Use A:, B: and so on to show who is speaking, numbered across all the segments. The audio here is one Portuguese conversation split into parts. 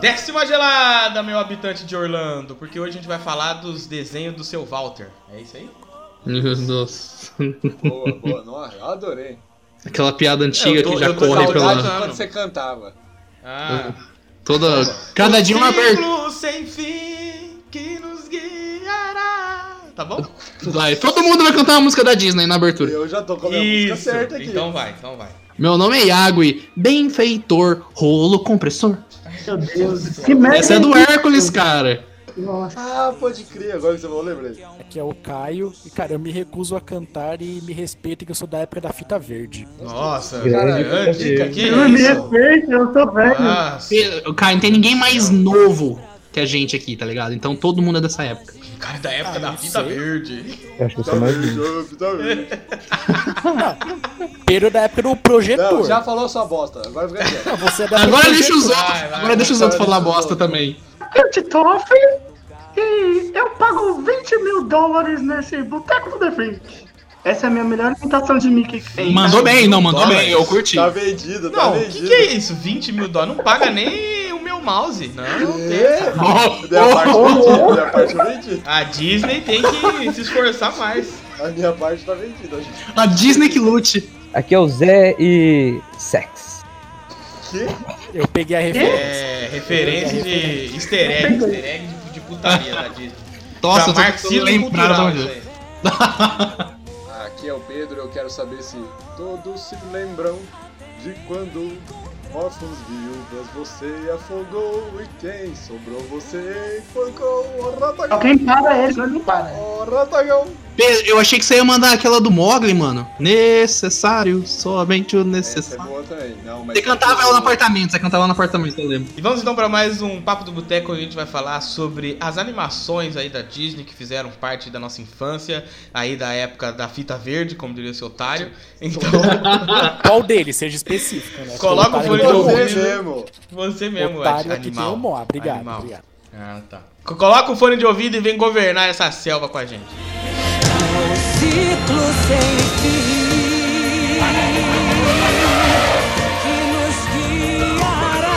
A: Desce uma gelada, meu habitante de Orlando, porque hoje a gente vai falar dos desenhos do seu Walter. É isso aí?
B: Meu Deus.
C: Boa, boa, nossa, eu adorei.
B: Aquela piada antiga
A: Eu tô-
B: que já
A: eu tô
B: corre
A: saudade
B: pela.
A: da-
C: quando você cantava.
A: Ah.
B: Toda. Cada dia uma abertura.
A: ciclo sem fim que nos guiará. Tá bom?
B: Vai, Todo mundo vai cantar uma música da Disney na abertura.
C: Eu já tô com a minha música certa aqui.
A: Então vai, então vai.
B: Meu nome é Yagui, benfeitor, rolo compressor.
D: Meu Deus, que merda.
B: Essa é do Hércules, cara.
D: Nossa,
C: Ah, pode crer, agora que você falou, lembrei.
E: Aqui é o Caio. E, cara, eu me recuso a cantar e me respeitem que eu sou da época da fita verde.
A: Nossa,
C: Cara,
A: dica aqui.
D: eu me respeito, é eu sou velho.
A: Nossa,
B: Cara, não tem ninguém mais novo que a gente aqui, tá ligado? Então todo mundo é dessa época.
A: cara da época da fita verde.
F: Eu acho que eu
C: Tá
F: sou mais
C: verde,
F: lindo.
C: ó, tá verde.
E: Pedro é da época do projetor.
C: Não, já falou sua bosta, agora fica quieto.
E: Ah, Você é da
B: Agora
E: época do
B: deixa os
E: projetor.
B: outros.
A: Vai, vai,
B: Agora deixa os
C: vai,
B: outros
C: vai,
B: falar
C: vai,
B: bote
C: vai.
B: também.
D: Eu te tofe e eu pago 20 mil dólares nesse boteco do defeito. Essa é a minha melhor imitação de Mickey que tem.
B: Mandou bem, não, mandou
A: Dólares.
B: bem, eu curti.
C: Tá vendido, tá
A: Não, o que,
C: vendido.
A: que é isso? 20 mil dólares? Não paga nem o meu mouse. Não, não tem.
C: É,
B: Oh,
C: Minha parte vendida, minha parte tá vendida.
A: A Disney tem que se esforçar mais.
C: A minha parte tá vendida, gente.
B: a Disney que lute.
F: Aqui é o Zé e. Sex.
C: Que?
E: Eu peguei a referência.
A: É, referência de easter egg, easter egg de, de putaria da Disney.
B: Nossa,
A: Pra
B: eu tô- tô
A: marxismo
B: lembrado.
A: cultural,
B: mano.
A: isso aí.
C: Aqui é o Pedro, eu quero saber se todos se lembram de quando órfãos viúvas você afogou e quem sobrou você enforcou. Ó, ratagão,
D: Alguém para ele, não para.
C: ó, ratagão.
B: Pedro, eu achei que você ia mandar aquela do Mogli, mano. Necessário, somente o
C: Essa é
B: necessário.
C: boa também. Não, mas
B: Você cantava ela no apartamento, você cantava ela no apartamento, eu lembro.
A: E vamos então para mais um Papo do Boteco, onde a gente vai falar sobre as animações aí da Disney que fizeram parte da nossa infância, aí da época da fita verde, como diria esse otário. Então,
E: Qual deles? Seja específico, né?
A: Coloca
E: Porque
A: o
E: otário
A: fone de
E: é
A: ouvido.
E: bom.
C: Você mesmo.
A: você mesmo,
E: Otário
A: vai
E: é que tem
A: animal.
E: humor. Obrigado,
A: Animal.
E: obrigado.
A: Ah, tá. Co- Coloca o fone de ouvido e vem governar essa selva com a gente.
G: ciclo sem fim que nos guiará.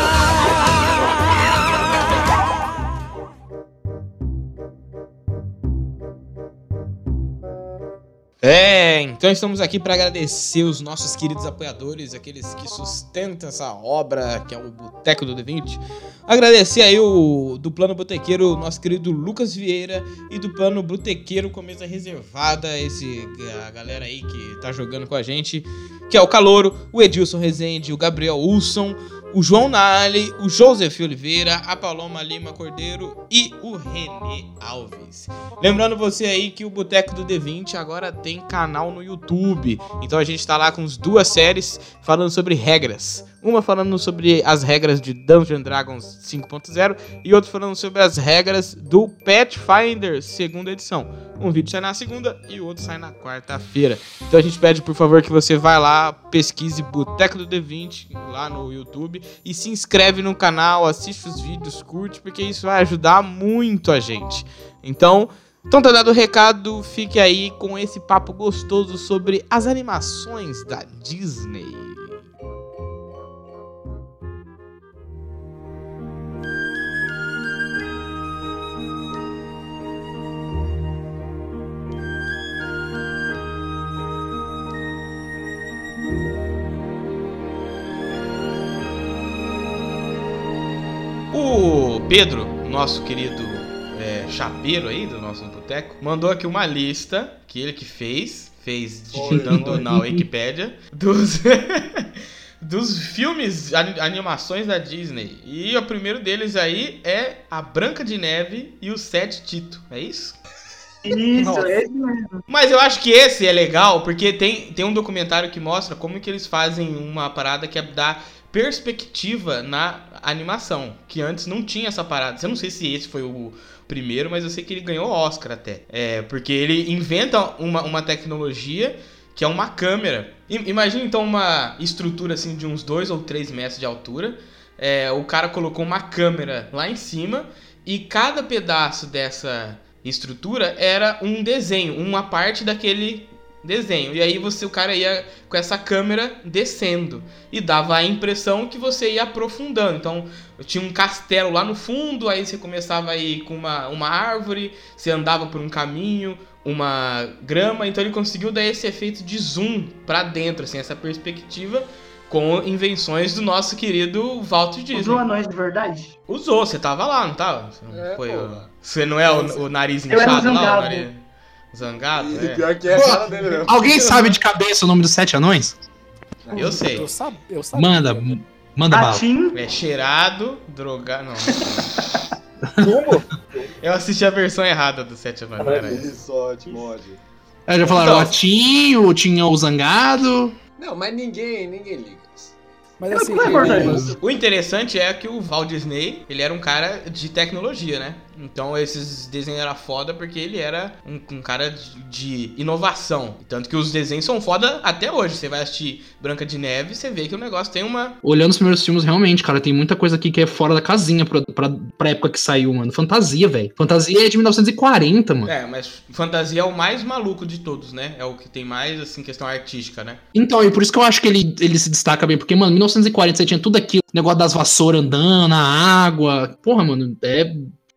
H: É, então estamos aqui para agradecer os nossos queridos apoiadores, aqueles que sustentam essa obra que é o Boteco do D20. Agradecer aí o do Plano Botequeiro, nosso querido Lucas Vieira, e do Plano Botequeiro com mesa reservada, esse a galera aí que tá jogando com a gente, que é o Calouro, o Edilson Rezende, o Gabriel Wilson, o João Nali, o Joseph Oliveira, a Paloma Lima Cordeiro e o Renê Alves. Lembrando você aí que o Boteco do D20 agora tem canal no YouTube. Então a gente tá lá com as duas séries falando sobre regras. Uma falando sobre as regras de Dungeon Dragons 5.0 e outra falando sobre as regras do Pathfinder segunda edição. Um vídeo sai na segunda e o outro sai na quarta-feira. Então a gente pede por favor que você vá lá, pesquise Boteco do D20 lá no YouTube e se inscreve no canal, assiste os vídeos, curte, porque isso vai ajudar muito a gente. Então, então tá dado o recado, fique aí com esse papo gostoso sobre as animações da Disney.
A: O Pedro, nosso querido é, chapeiro aí do nosso boteco, mandou aqui uma lista que ele que fez, fez digitando na Wikipédia, dos, dos filmes, ani- animações da Disney. E o primeiro deles aí é A Branca de Neve e o Sete Tito, é isso?
D: Isso,
A: Nossa.
D: é isso mesmo.
A: Mas eu acho que esse é legal, porque tem, tem um documentário que mostra como que eles fazem uma parada que é dar perspectiva na animação, que antes não tinha essa parada. Eu não sei se esse foi o primeiro, mas eu sei que ele ganhou Oscar até. É, porque ele inventa uma, uma tecnologia que é uma câmera. I- Imagina então uma estrutura assim de uns 2 ou 3 metros de altura. É, o cara colocou uma câmera lá em cima e cada pedaço dessa estrutura era um desenho, uma parte daquele desenho. E aí você o cara ia com essa câmera descendo e dava a impressão que você ia aprofundando. Então, tinha um castelo lá no fundo, aí você começava aí com uma, uma árvore, você andava por um caminho, uma grama, então ele conseguiu dar esse efeito de zoom pra dentro, assim, essa perspectiva com invenções do nosso querido Walt Disney.
D: Usou anões de verdade?
A: Usou, você tava lá, não tava? Você não,
D: É,
A: foi
D: pô.
A: o- você não é o, o nariz
D: Eu era
A: inchado lá? O
D: zangado.
A: nariz... Zangado?
C: E
A: é.
C: pior que é a cara dele mesmo.
B: Alguém sabe de cabeça o nome dos sete anões?
A: Eu sei.
E: Eu, sab... eu sabia.
B: Manda, manda bala.
A: É cheirado, drogado. Não. Eu assisti a versão errada do Sete Anões. peraí.
C: Isso, ótimo, ótimo.
B: Aí já falaram
A: Então.
B: o Atinho, tinha o Zangado.
C: Não, mas ninguém, ninguém liga.
E: Mas assim,
D: Não é verdade.
A: O interessante é que o Walt Disney, ele era um cara de tecnologia, né? Então esses desenhos eram foda porque ele era um, um cara de, de inovação. Tanto que os desenhos são foda até hoje. Você vai assistir Branca de Neve, você vê que o negócio tem uma.
B: Olhando os primeiros filmes, realmente, cara, tem muita coisa aqui que é fora da casinha pra, pra, pra época que saiu, mano. Fantasia, velho. Fantasia é de 1940, mano.
A: É, mas fantasia é o mais maluco de todos, né? É o que tem mais, assim, questão artística, né?
B: Então, e por isso que eu acho que ele, ele se destaca bem, porque, mano, 1940 você tinha tudo aquilo, negócio das vassouras andando, a água. Porra, mano, é,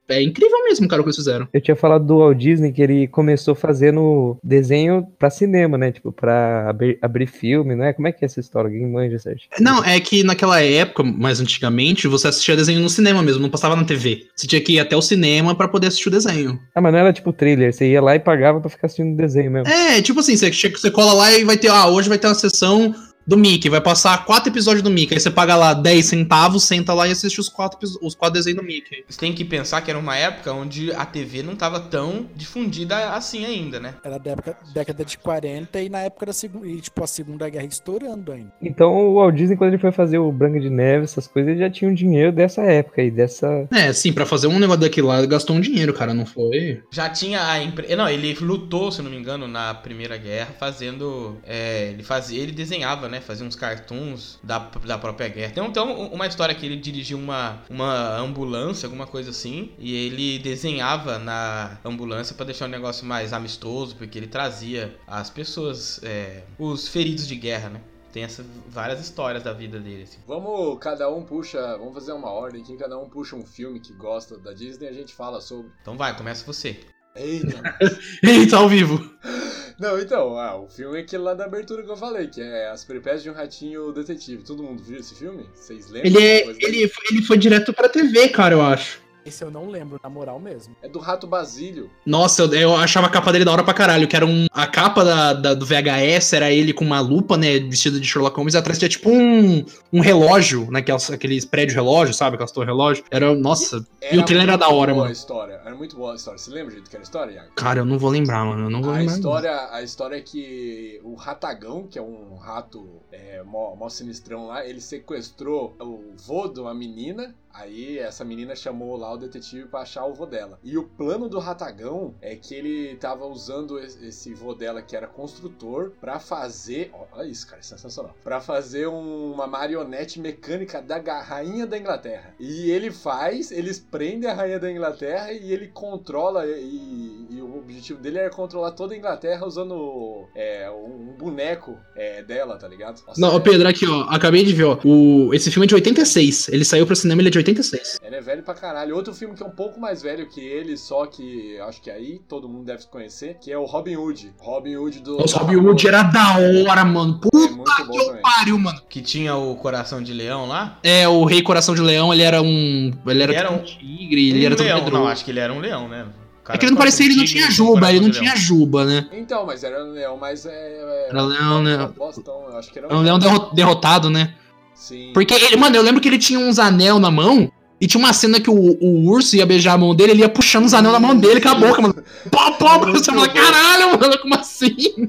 B: é incrível mesmo, cara, o que eles fizeram.
F: Eu tinha falado do Walt Disney que ele começou fazendo desenho pra cinema, né? Tipo, pra abrir, abrir filme, né? Como é que é essa história? Alguém manja, Sérgio?
B: Não, é que naquela época, mais antigamente, você assistia desenho no cinema mesmo, não passava na TV. Você tinha que ir até o cinema pra poder assistir o desenho.
F: Ah, mas não era tipo trailer, você ia lá e pagava pra ficar assistindo desenho mesmo.
B: É, tipo assim, você, che- você cola lá e vai ter, ah, hoje vai ter uma sessão do Mickey, vai passar quatro episódios do Mickey, aí você paga lá 10 centavos, senta lá e assiste os quatro, episo- os quatro desenhos do Mickey.
A: Você tem que pensar que era uma época onde a TV não tava tão difundida assim ainda, né?
E: Era da época, década de 40 e na época da segunda. E tipo, a Segunda Guerra estourando ainda.
F: Então o Walt Disney, quando ele foi fazer o Branca de Neve, essas coisas, ele já tinha um dinheiro dessa época aí, dessa.
B: É, sim, pra fazer um negócio daquele lá, gastou um dinheiro, cara, não foi?
A: Já tinha a empresa. Não, ele lutou, se não me engano, na Primeira Guerra, fazendo. é, ele fazia. Ele desenhava, né? Fazia uns cartoons da, da própria guerra. Tem então, uma história que ele dirigiu uma, uma ambulância, alguma coisa assim. E ele desenhava na ambulância pra deixar o negócio mais amistoso, porque ele trazia as pessoas. é, os feridos de guerra, né? Tem essas várias histórias da vida dele, assim.
C: Vamos, cada um puxa, vamos fazer uma ordem aqui, cada um puxa um filme que gosta da Disney e a gente fala sobre.
A: Então vai, começa você.
C: Eita!
B: Eita, tá ao vivo.
C: Não, então, ah, o filme é aquele lá da abertura que eu falei, que é As Peripécias de um Ratinho Detetive. Todo mundo viu esse filme? Vocês lembram?
B: Ele, é,
C: Pois
B: ele, foi- ele foi direto pra TV, cara, eu acho.
E: Esse eu não lembro, na moral mesmo.
C: É do Rato Basílio.
B: Nossa, eu, eu achava a capa dele da hora pra caralho, que era um. A capa da, da- do VHS era ele com uma lupa, né? Vestido de Sherlock Holmes, e atrás tinha tipo um, um relógio, naquelas, aqueles prédio relógio, sabe? Aquelas torres relógio. Era. Nossa. E o trailer era da hora,
C: muito boa
B: mano.
C: A história. Era muito boa a história. Você lembra, gente, que era a história, Iago?
B: Cara, eu não vou lembrar, mano. Eu não vou
C: A
B: lembrar.
C: história, a história é que o Ratagão, que é um rato é, mó, mó sinistrão lá, ele sequestrou o vô de uma menina. Aí essa menina chamou lá o detetive pra achar o vô dela. E o plano do Ratagão é que ele tava usando es- esse vô dela, que era construtor, pra fazer. ó, Olha isso, cara, é sensacional. Pra fazer um- uma marionete mecânica da ga- rainha da Inglaterra. E ele faz, eles prendem a rainha da Inglaterra e ele controla e e o objetivo dele era controlar toda a Inglaterra usando é, um boneco é, dela, tá ligado? Nossa,
B: Não, ô
C: é-
B: Pedro, aqui, ó. Acabei de ver, ó. O, esse filme é de 86. Ele saiu pro cinema, ele é de 86.
C: Ele é velho pra caralho. Outro filme que é um pouco mais velho que ele, só que acho que aí todo mundo deve conhecer, que é o Robin Hood. Robin Hood do.
B: Nossa, Robin Hood era da hora, mano.
C: É
B: Puta
C: muito bom
B: que
C: também.
B: pariu, mano.
A: Que tinha o coração de leão lá?
B: É, o Rei Coração de Leão, ele era um. Ele era,
A: Ele era
B: tipo
A: um-
B: tigre, ele
A: um
B: era todo
A: leão.
B: pedroso.
A: Não, acho que ele era um leão, né? O cara
B: É que ele não
A: corta
B: parecia,
A: um
B: ele não
A: tigre
B: tinha
A: com
B: juba,
A: coração
B: ele não
A: de leão.
B: tinha juba, né?
C: Então, mas era um leão, mas é. é-
B: Era um leão, né?
C: Bostão, eu acho que era
B: É um leão derro- um derrotado, né?
C: Sim.
B: Porque ele, mano, eu lembro que ele tinha uns anel na mão. E tinha uma cena que o, o urso ia beijar a mão dele, ele ia puxando os anel na mão dele com a boca, mano. Pó, pó, você fala, caralho, mano, como assim?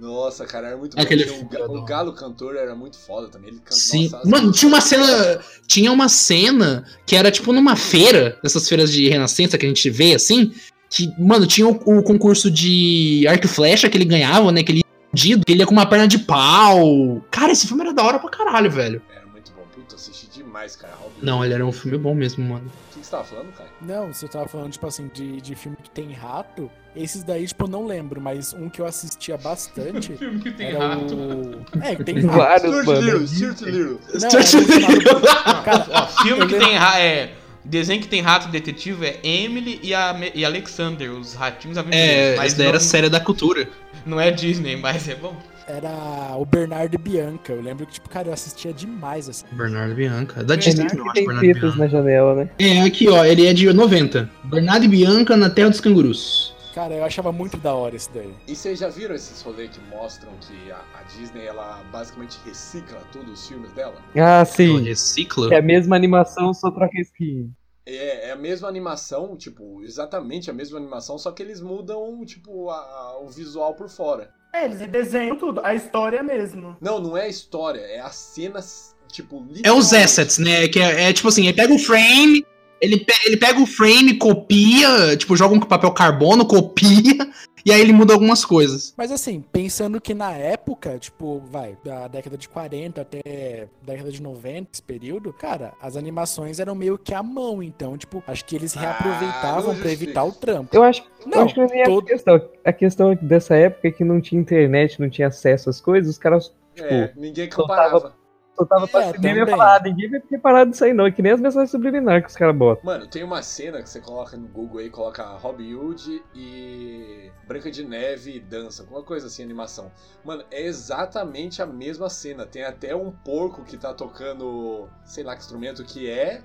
C: Nossa, cara, era muito
B: É aquele
C: bom. Tinha um ga- O galo cantor era muito foda também. Ele canta,
B: Sim.
C: nossa, assim, é
B: Mano, tinha uma cena. Tinha uma cena que era tipo numa feira, dessas feiras de renascença que a gente vê assim. Que, mano, tinha o, o concurso de arco e flecha que ele ganhava, né? Que ele ia fudido, que ele ia com uma perna de pau. Cara, esse filme era da hora pra caralho, velho.
C: era muito bom. Puta, assisti demais, cara. Robin.
B: Não, ele era um filme bom mesmo, mano.
C: O que que você tava falando, cara?
E: Não, você tava falando, tipo assim, de, de filme que tem rato. Esses daí, tipo, eu não lembro, mas um que eu assistia bastante.
A: Um filme que tem
E: era
A: rato.
E: O... É, que tem rato.
F: Vários,
C: Stuart
F: mano.
C: Little, Stuart Little.
E: Não, era chamado- Cara,
A: Ó, filme
E: eu
A: que
E: lembro-
A: tem ra- é desenho que tem rato detetive é Emily e, a, Me- e Alexander, os ratinhos aventureiros.
B: É, mas daí era
A: não,
B: série da cultura.
A: não é Disney, mas é bom.
E: Era o Bernardo e Bianca. Eu lembro que, tipo, cara, eu assistia demais, assim.
B: Bernardo Bianca. Da Disney,
F: Bernardo
B: eu
F: que
B: acho,
F: tem
B: Bernardo
F: tetas
B: Bianca.
F: na janela, né?
B: É, aqui, ó, ele é de 90. Bernardo e Bianca na Terra dos Cangurus.
E: Cara, eu achava muito da hora esse daí.
C: E vocês já viram esses rolês que mostram que a, a Disney, ela basicamente recicla todos os filmes dela?
F: Ah,
B: Ela
F: sim.
B: recicla?
F: É a mesma animação, só troca skin.
C: É, é a mesma animação, tipo, exatamente a mesma animação, só que eles mudam, tipo, a- a- o visual por fora.
D: É, eles desenham tudo, a história mesmo.
C: Não, não é a história, é as cenas, tipo,
B: É os
C: literalmente.
B: assets, né? Que é, é tipo assim, ele pega o frame, ele, pe- ele pega o frame, copia, tipo, joga um papel carbono, copia, e aí ele muda algumas coisas.
E: Mas assim, pensando que na época, tipo, vai, da década de 40 até década de 90, esse período, cara, as animações eram meio que à mão, então, tipo, acho que eles
C: Ah,
E: reaproveitavam
C: não
E: pra evitar o
C: justifica.
E: trampo.
F: Eu acho, eu
E: Não,
F: acho que não é
E: todo-
F: a questão. A questão dessa época é que não tinha internet, não tinha acesso às coisas, os caras
C: É,
F: tipo,
C: ninguém
F: soltava-
C: comparava.
F: só tava pra
E: É,
F: cinema e
E: também.
F: falar, ah, ninguém vai ter parado disso aí não, é que nem as mensagens subliminar que os caras botam.
C: Mano, tem uma cena que você coloca no Google aí, coloca Robin Hood e Branca de Neve e dança, alguma coisa assim, animação. Mano, é exatamente a mesma cena. Tem até um porco que tá tocando, sei lá que instrumento que é.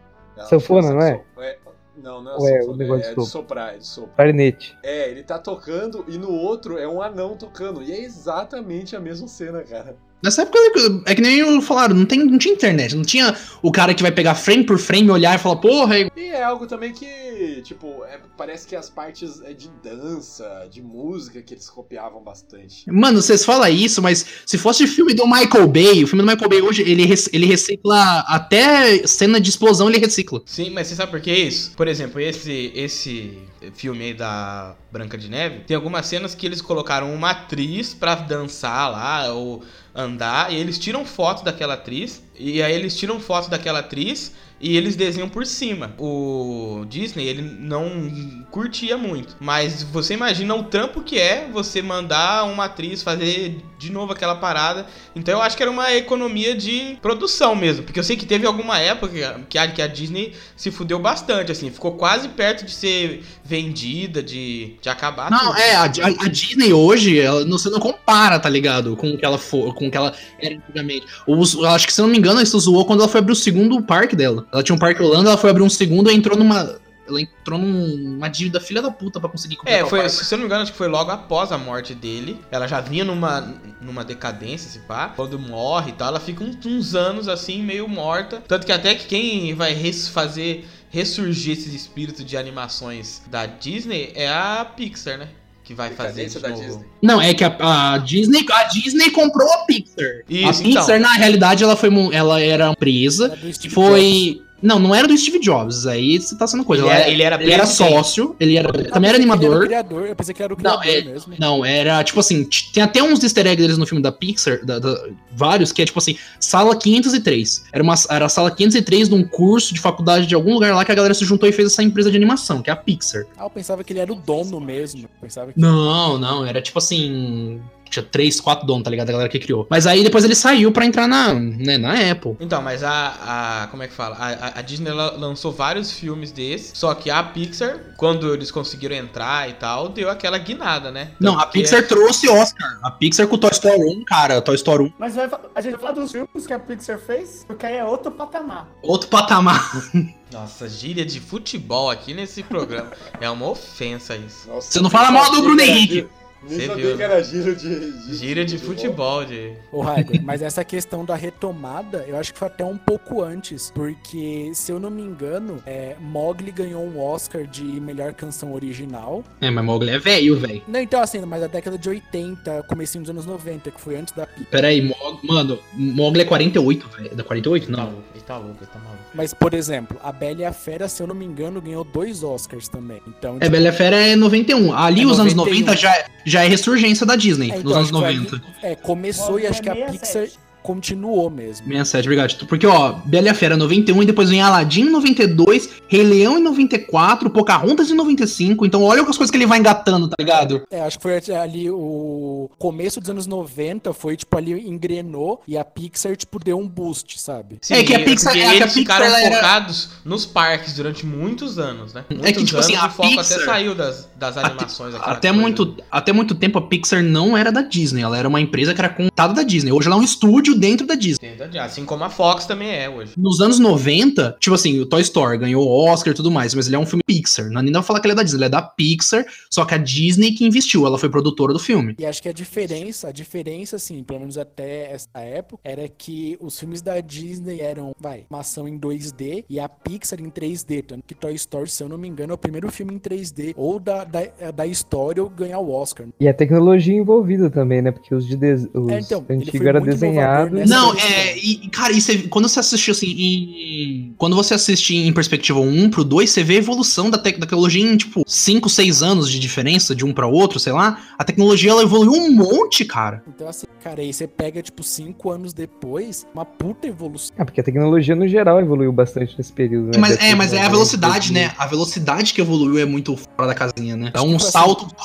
F: Sanfona, não é?
C: Não, não é,
F: Ou é o
C: sanfona,
F: negócio
C: é
F: de
C: de
F: sopro?
C: soprar, é de sopro.
F: Clarinete.
C: É, ele tá tocando e no outro é um anão tocando. E é exatamente a mesma cena, cara.
B: Nessa época, é que nem eu falaram, não, tem, não tinha internet, não tinha o cara que vai pegar frame por frame, olhar e falar, porra, é
C: E é algo também que, tipo, é- parece que as partes é de dança, de música que eles copiavam bastante.
B: Mano, vocês falam isso, mas se fosse filme do Michael Bay, o filme do Michael Bay hoje, ele, rec- ele recicla até cena de explosão, ele recicla.
A: Sim, mas você sabe por que é isso? Por exemplo, esse, esse filme aí da Branca de Neve, tem algumas cenas que eles colocaram uma atriz pra dançar lá ou andar, e eles tiram foto daquela atriz, e aí eles tiram foto daquela atriz e eles desenham por cima. O Disney, ele não curtia muito, mas você imagina o trampo que é você mandar uma atriz fazer de novo aquela parada então eu acho que era uma economia de produção mesmo, porque eu sei que teve alguma época que a, que a Disney se fudeu bastante, assim, ficou quase perto de ser vendida, de, de acabar.
B: Não, é, a, a- a Disney hoje, ela, não, você não compara, tá ligado? Com o que ela for, com o que ela era antigamente. Os- eu acho que, se eu não me engano, isso zoou quando ela foi abrir o segundo parque dela. Ela tinha um parque Holanda, ela foi abrir um segundo e entrou numa. Ela entrou num- numa dívida filha da puta pra conseguir comprar
A: É,
C: Então,
A: foi, se eu não me engano, acho que foi logo após a morte dele. Ela já vinha numa, numa decadência, se pá. Quando morre e tal, ela fica um- uns anos assim, meio morta. Tanto que até que quem vai res- fazer ressurgir esses espíritos de animações da Disney é a Pixar, né? Que vai fazer
C: Decadência
A: de
C: da
A: novo.
C: Disney.
B: Não, é que a, a Disney. A Disney comprou a Pixar.
A: Isso,
B: a Pixar, é
A: então.
B: na realidade, ela foi. mu- Ela era presa.
E: Era do Steve Jobs.
B: foi. Não, não era do Steve Jobs, aí você tá sendo coisa.
A: Ele
B: Ela-
A: era- ele era presidente. tá
B: sócio, ele era,
E: Ah,
B: também era
E: eu pensei que ele
B: animador.
E: criador, eu pensei que ele era o
B: Não,
E: criador
B: é-
E: mesmo.
B: Não, era tipo assim, t- tem até uns easter eggs deles no filme da Pixar, da- da- vários, que é tipo assim, sala 503. Era, uma, era a sala 503 de um curso de faculdade de algum lugar lá que a galera se juntou e fez essa empresa de animação, que é a Pixar.
E: Ah, eu pensava que ele era o dono mesmo. Eu Pensava que...
B: Não, não, era tipo assim. Tinha três, quatro donos, tá ligado? A galera que criou. Mas aí depois ele saiu pra entrar na, né, na Apple.
A: Então, mas a, a- Como é que fala? A, a- a Disney ela lançou vários filmes desses. Só que a Pixar, quando eles conseguiram entrar e tal, deu aquela guinada, né?
B: Não, a
A: Tanto que
B: Pixar trouxe Oscar. A Pixar com o Toy Story 1, cara. Toy Story 1,
D: Mas vai fa- a gente vai falar dos filmes que a Pixar fez, porque aí é outro patamar.
B: outro patamar.
A: é- Nossa, gíria de futebol aqui nesse programa. é uma ofensa isso.
C: Nossa,
B: Você não fala mal do Bruno Henrique.
C: Nem
A: Você
C: sabia
A: viu,
C: que
A: né?
C: era giro de. de
A: Gira de futebol, de.
E: Ô, Raider, mas essa questão da retomada, eu acho que foi até um pouco antes, porque, se eu não me engano, é, Mogli ganhou um Oscar de melhor canção original.
B: É, mas Mogli é velho, velho.
E: Não, então assim, mas da década de 80, comecinho dos anos 90, que foi antes da Pixar.
B: Peraí, Mog... mano, Mogli é 48, velho. Da 48? Não.
A: Ele tá louco, ele tá maluco.
E: Mas, por exemplo, a Bela e a Fera, se eu não me engano, ganhou dois Oscars também. Então,
B: É, Bela e a Fera é 91. Ali,
E: É
B: os anos
E: 91.
B: 90 já, é- já é ressurgência da Disney,
E: É, então,
B: dos anos
E: acho que foi
B: 90.
E: ali- é, começou e acho que a
I: é
D: é
E: Pixar continuou mesmo.
B: 67, obrigado. Tito. Porque, ó, Bela e a Fera 91, e depois vem Aladdin em 92, Rei Leão em 94, Pocahontas em 95. Então, olha as coisas que ele vai engatando, tá ligado?
E: É, acho que foi ali o começo dos anos 90, foi tipo ali engrenou e a Pixar tipo deu um boost, sabe?
B: É que a Pixar-
A: porque
B: é que a
A: eles
B: Pixar,
A: ficaram
B: ela era-
A: focados nos parques durante muitos anos, né? Muitos
B: que, tipo
A: anos
B: assim, a
A: o foco
B: Pixar-
A: até saiu das, das animações. aquela
B: Até
A: coisa.
B: muito, até muito tempo, a Pixar não era da Disney. Ela era uma empresa que era contada da Disney. Hoje ela é um estúdio dentro da Disney.
A: Entende? Assim como a Fox também é hoje.
B: Nos anos 90, tipo assim, o Toy Story ganhou Oscar e tudo mais, mas ele é um filme Pixar. Não ainda vou falar que ele é da Disney, ele é da Pixar, só que a Disney que investiu, ela foi produtora do filme.
E: E acho que a diferença, a diferença, assim, pelo menos até essa época, era que os filmes da Disney eram, vai, uma ação em 2D e a Pixar em 3D. Tanto que Toy Story, se eu não me engano, é o primeiro filme em 3D ou da, da, da história ou ganhar o Oscar.
F: E a tecnologia envolvida também, né? Porque os de des... os
E: É, então, ele
F: antigos
E: foi
F: era
E: muito
F: desenhado.
E: inovador, né?
B: Não,
E: Essa
B: é. E, e, cara, e você- quando você assiste assim. em- quando você assiste em perspectiva 1 pro 2, você vê a evolução da, tec- da tecnologia em, tipo, 5, 6 anos de diferença de um pra outro, sei lá. A tecnologia ela evoluiu um monte, cara.
E: Então, assim, cara, aí você pega, tipo, cinco anos depois, uma puta evolução.
F: Ah, porque a tecnologia no geral evoluiu bastante nesse período, né?
B: Mas, é,
F: Depois,
B: mas é
F: né,
B: a velocidade, né?
F: 2000.
B: A velocidade que evoluiu é muito fora da casinha, né? Dá
E: Acho que,
B: um
E: tipo assim,
B: salto.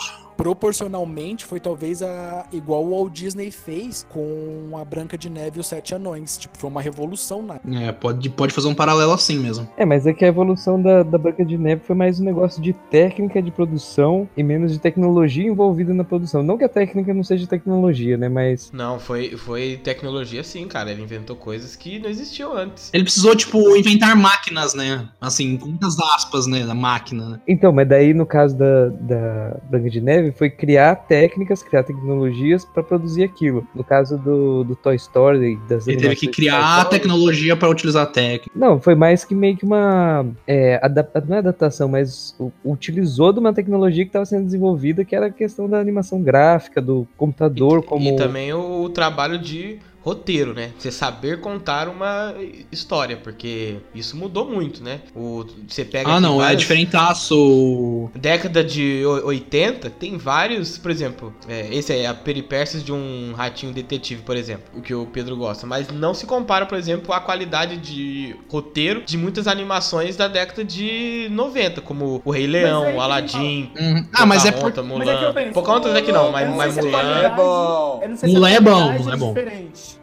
E: Proporcionalmente, foi talvez a igual o Walt Disney fez com a Branca de Neve e os Sete Anões. Tipo, foi uma revolução na
B: É, pode, pode fazer um paralelo assim mesmo.
F: É, mas é que a evolução da, da Branca de Neve foi mais um negócio de técnica de produção e menos de tecnologia envolvida na produção. Não que a técnica não seja tecnologia, né? Mas
A: Não, foi, foi tecnologia sim, cara. Ele inventou coisas que não existiam antes.
B: Ele precisou, tipo, inventar máquinas, né? Assim, com muitas aspas, né? Da máquina, né?
F: Então, mas daí no caso da, da Branca de Neve foi criar técnicas, criar tecnologias pra produzir aquilo. No caso do, do Toy Story, das
B: Ele teve que
F: animações de Toy
A: É,
B: criar a
F: Story-
B: tecnologia pra utilizar a técnica.
F: Não, foi mais que meio que uma. é, adap- não é adaptação, mas u- utilizou de uma tecnologia que estava sendo desenvolvida, que era a questão da animação gráfica, do computador, como.
A: E também o, o trabalho de roteiro, né? Você saber contar uma história, porque isso mudou muito, né? O, você pega
B: Ah,
A: aqui
B: não, é
A: várias-
B: diferentaço.
A: Década de o- 80, tem vários, por exemplo, é, esse é a peripécias de um ratinho detetive, por exemplo, o que o Pedro gosta, mas não se compara, por exemplo, à qualidade de roteiro de muitas animações da década de 90, como o Rei
D: aí
A: Leão,
D: que
A: o
D: ele
A: Aladdin,
B: Uhum. Ah, mas é por.
A: Pocahontas,
D: Mas é que eu
A: Mulan.
D: penso,
A: Pocahontas é que não, mas,
D: eu assim,
A: mas
D: sei se a
A: Mulan.
D: qualidade-
C: É bom.
D: eu não sei se a
B: Mulan é bom,
D: qualidade
B: Mulan é bom.
D: diferente.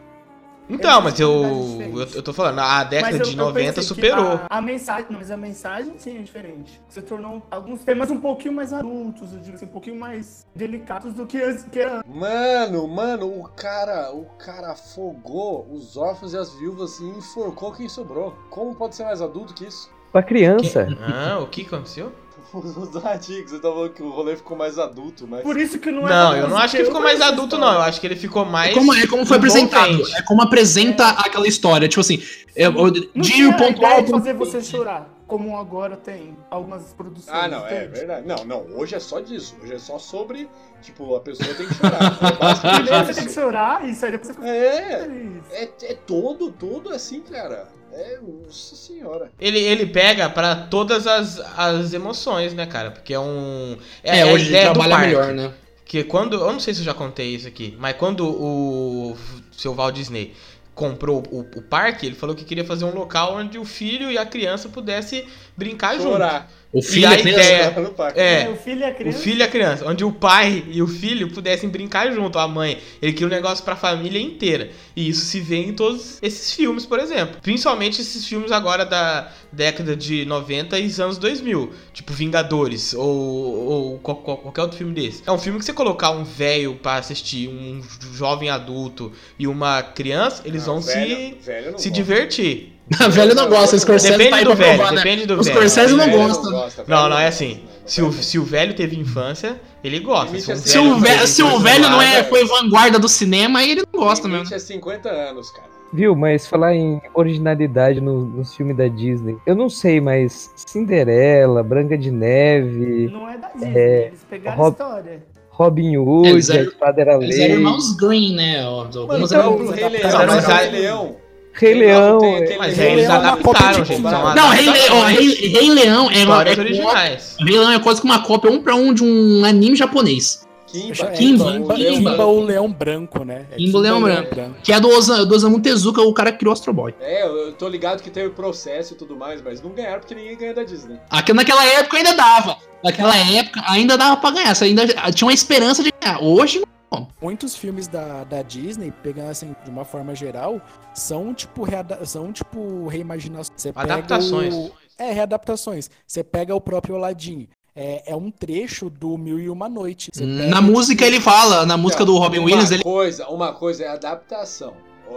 A: Então,
D: Eu
A: mas
D: tenho
A: eu,
D: habilidades
A: eu.
D: diferentes.
A: eu tô falando, a década
D: Mas eu-
A: de
D: eu
A: 90
D: pensei que
A: superou.
D: A, a mensagem, não, mas a mensagem sim é diferente. Você tornou alguns temas um pouquinho mais adultos, eu digo assim, um pouquinho mais delicados do que, as- que era.
C: Mano, mano, o cara, o cara afogou os órfãos e as viúvas e enforcou quem sobrou. Como pode ser mais adulto que isso?
F: Pra criança.
A: Ah, o que aconteceu?
C: Os artigos, você tá falando que o rolê ficou mais adulto, mas.
D: Por isso que não é.
A: Não,
D: bom,
A: eu não acho que
D: porque
A: ficou
D: eu
A: mais
D: conheço
A: adulto,
D: história.
A: não. Eu acho que ele ficou
B: É
A: mais.
B: como, é como foi
A: um bom
B: apresentado.
A: crente.
B: É como apresenta aquela história. Tipo assim, é, o-
D: Não
B: de
D: tinha
B: ponto
D: ideia
B: A.
D: de
B: ponto
D: fazer
B: B.
D: você chorar, como agora tem algumas produções.
C: Ah, não, é
D: entende?
C: verdade. Não, não, hoje é só disso. Hoje é só sobre, tipo, a pessoa tem que chorar. É
D: Primeiro você
C: basicamente
D: tem que
C: isso.
D: chorar e sair depois você fica
C: É,
D: feliz.
C: é, é todo, todo assim, cara. É, nossa senhora.
A: Ele, ele pega pra todas as, as emoções, né, cara? Porque é um.
B: É,
A: a
B: hoje ele
A: ideia do
B: trabalha
A: parque.
B: melhor, né?
A: Que quando. Eu não sei se eu já contei isso aqui, mas quando o seu Walt Disney comprou o, o parque, ele falou que queria fazer um local onde o filho e a criança pudessem brincar junto.
C: Chorar.
B: O
A: E
B: filho
A: a
B: é criança.
A: ideia-
C: Chorar no parque.
A: É,
D: O filho e a
A: O
D: criança.
A: filho e a criança, onde o pai e o filho pudessem brincar junto, a mãe. Ele cria um negócio pra família inteira. E isso se vê em todos esses filmes, por exemplo. Principalmente esses filmes agora da década de 90 e anos 2000. Tipo Vingadores ou, ou qual- qual- qualquer outro filme desse. É um filme que você colocar um velho pra assistir, um jovem adulto e uma criança, eles vão
C: Não, Ah, velho-
A: se,
C: velho não
A: se
C: gosta.
A: divertir.
B: velho não gosta, o Scorsese tá
A: Depende
B: aí
A: do
B: pra
A: velho,
B: provar, né?
A: depende do
B: Os
A: velho.
B: Scorsese não
C: Velho
B: gosta.
C: gosta, velho
A: Não, não é assim.
C: gosta.
A: Se o, se o velho teve infância, ele gosta. um
C: Limite é
B: Se o, ve- assim, se o velho não é, foi vanguarda do cinema, aí ele não gosta
C: Limite
B: mesmo. né?
C: é 50 anos, cara.
F: Viu, mas falar em originalidade no- nos filmes da Disney, eu não sei, mas Cinderela, Branca de Neve,
I: Não é da Disney,
F: É,
I: eles pegaram
F: Rob-
I: a história.
F: Robin Hood,
B: Eles
F: A
B: eram-
F: Espada era
B: Eles eram
F: Lei,
B: irmãos Green, né? ó, Algumas
F: então,
B: eram-
C: O Rei Leão,
B: Não, mas
C: cara, o
B: aí-
C: Rei Leão.
F: Rei Leão, é.
C: tem aquele-
A: Mas aí eles
C: Leão na cópia
A: adaptaram,
C: de
A: gente.
C: Cuba.
A: são
B: Não, Rei, Le... ó,
A: adaptações.
B: Rei, Rei Leão é, é,
A: Histórias
B: co-
A: originais.
B: Rei Leão é quase que uma cópia um pra um de um anime japonês.
C: Kimba.
B: Kimba,
C: Kimba.
B: Kimba.
E: É, Kimba o Leão Branco, né? É
B: Kimba, o Leão Branco.
E: Branco.
B: Que é do, Osa... do Osamu Tezuka, o cara que criou Astro Boy.
C: É, eu eu tô ligado que teve processo e tudo mais, mas não ganharam porque ninguém ganha da Disney.
B: Aqui, naquela época ainda dava. Naquela época ainda dava pra ganhar. Você ainda tinha uma esperança de ganhar. Hoje não.
E: Muitos filmes da, da Disney, pegando assim, de uma forma geral, são tipo, reada- são, tipo reimaginações. Você pega
A: Adaptações.
E: o- É, readaptações. Você pega o próprio Aladdin. É, é um trecho do Mil e Uma Noite. Você pega,
B: Hum, Na
A: um
E: tipo,
B: música ele fala, na música do Robin
C: uma
B: Williams, ele.
C: coisa, uma coisa é adaptação.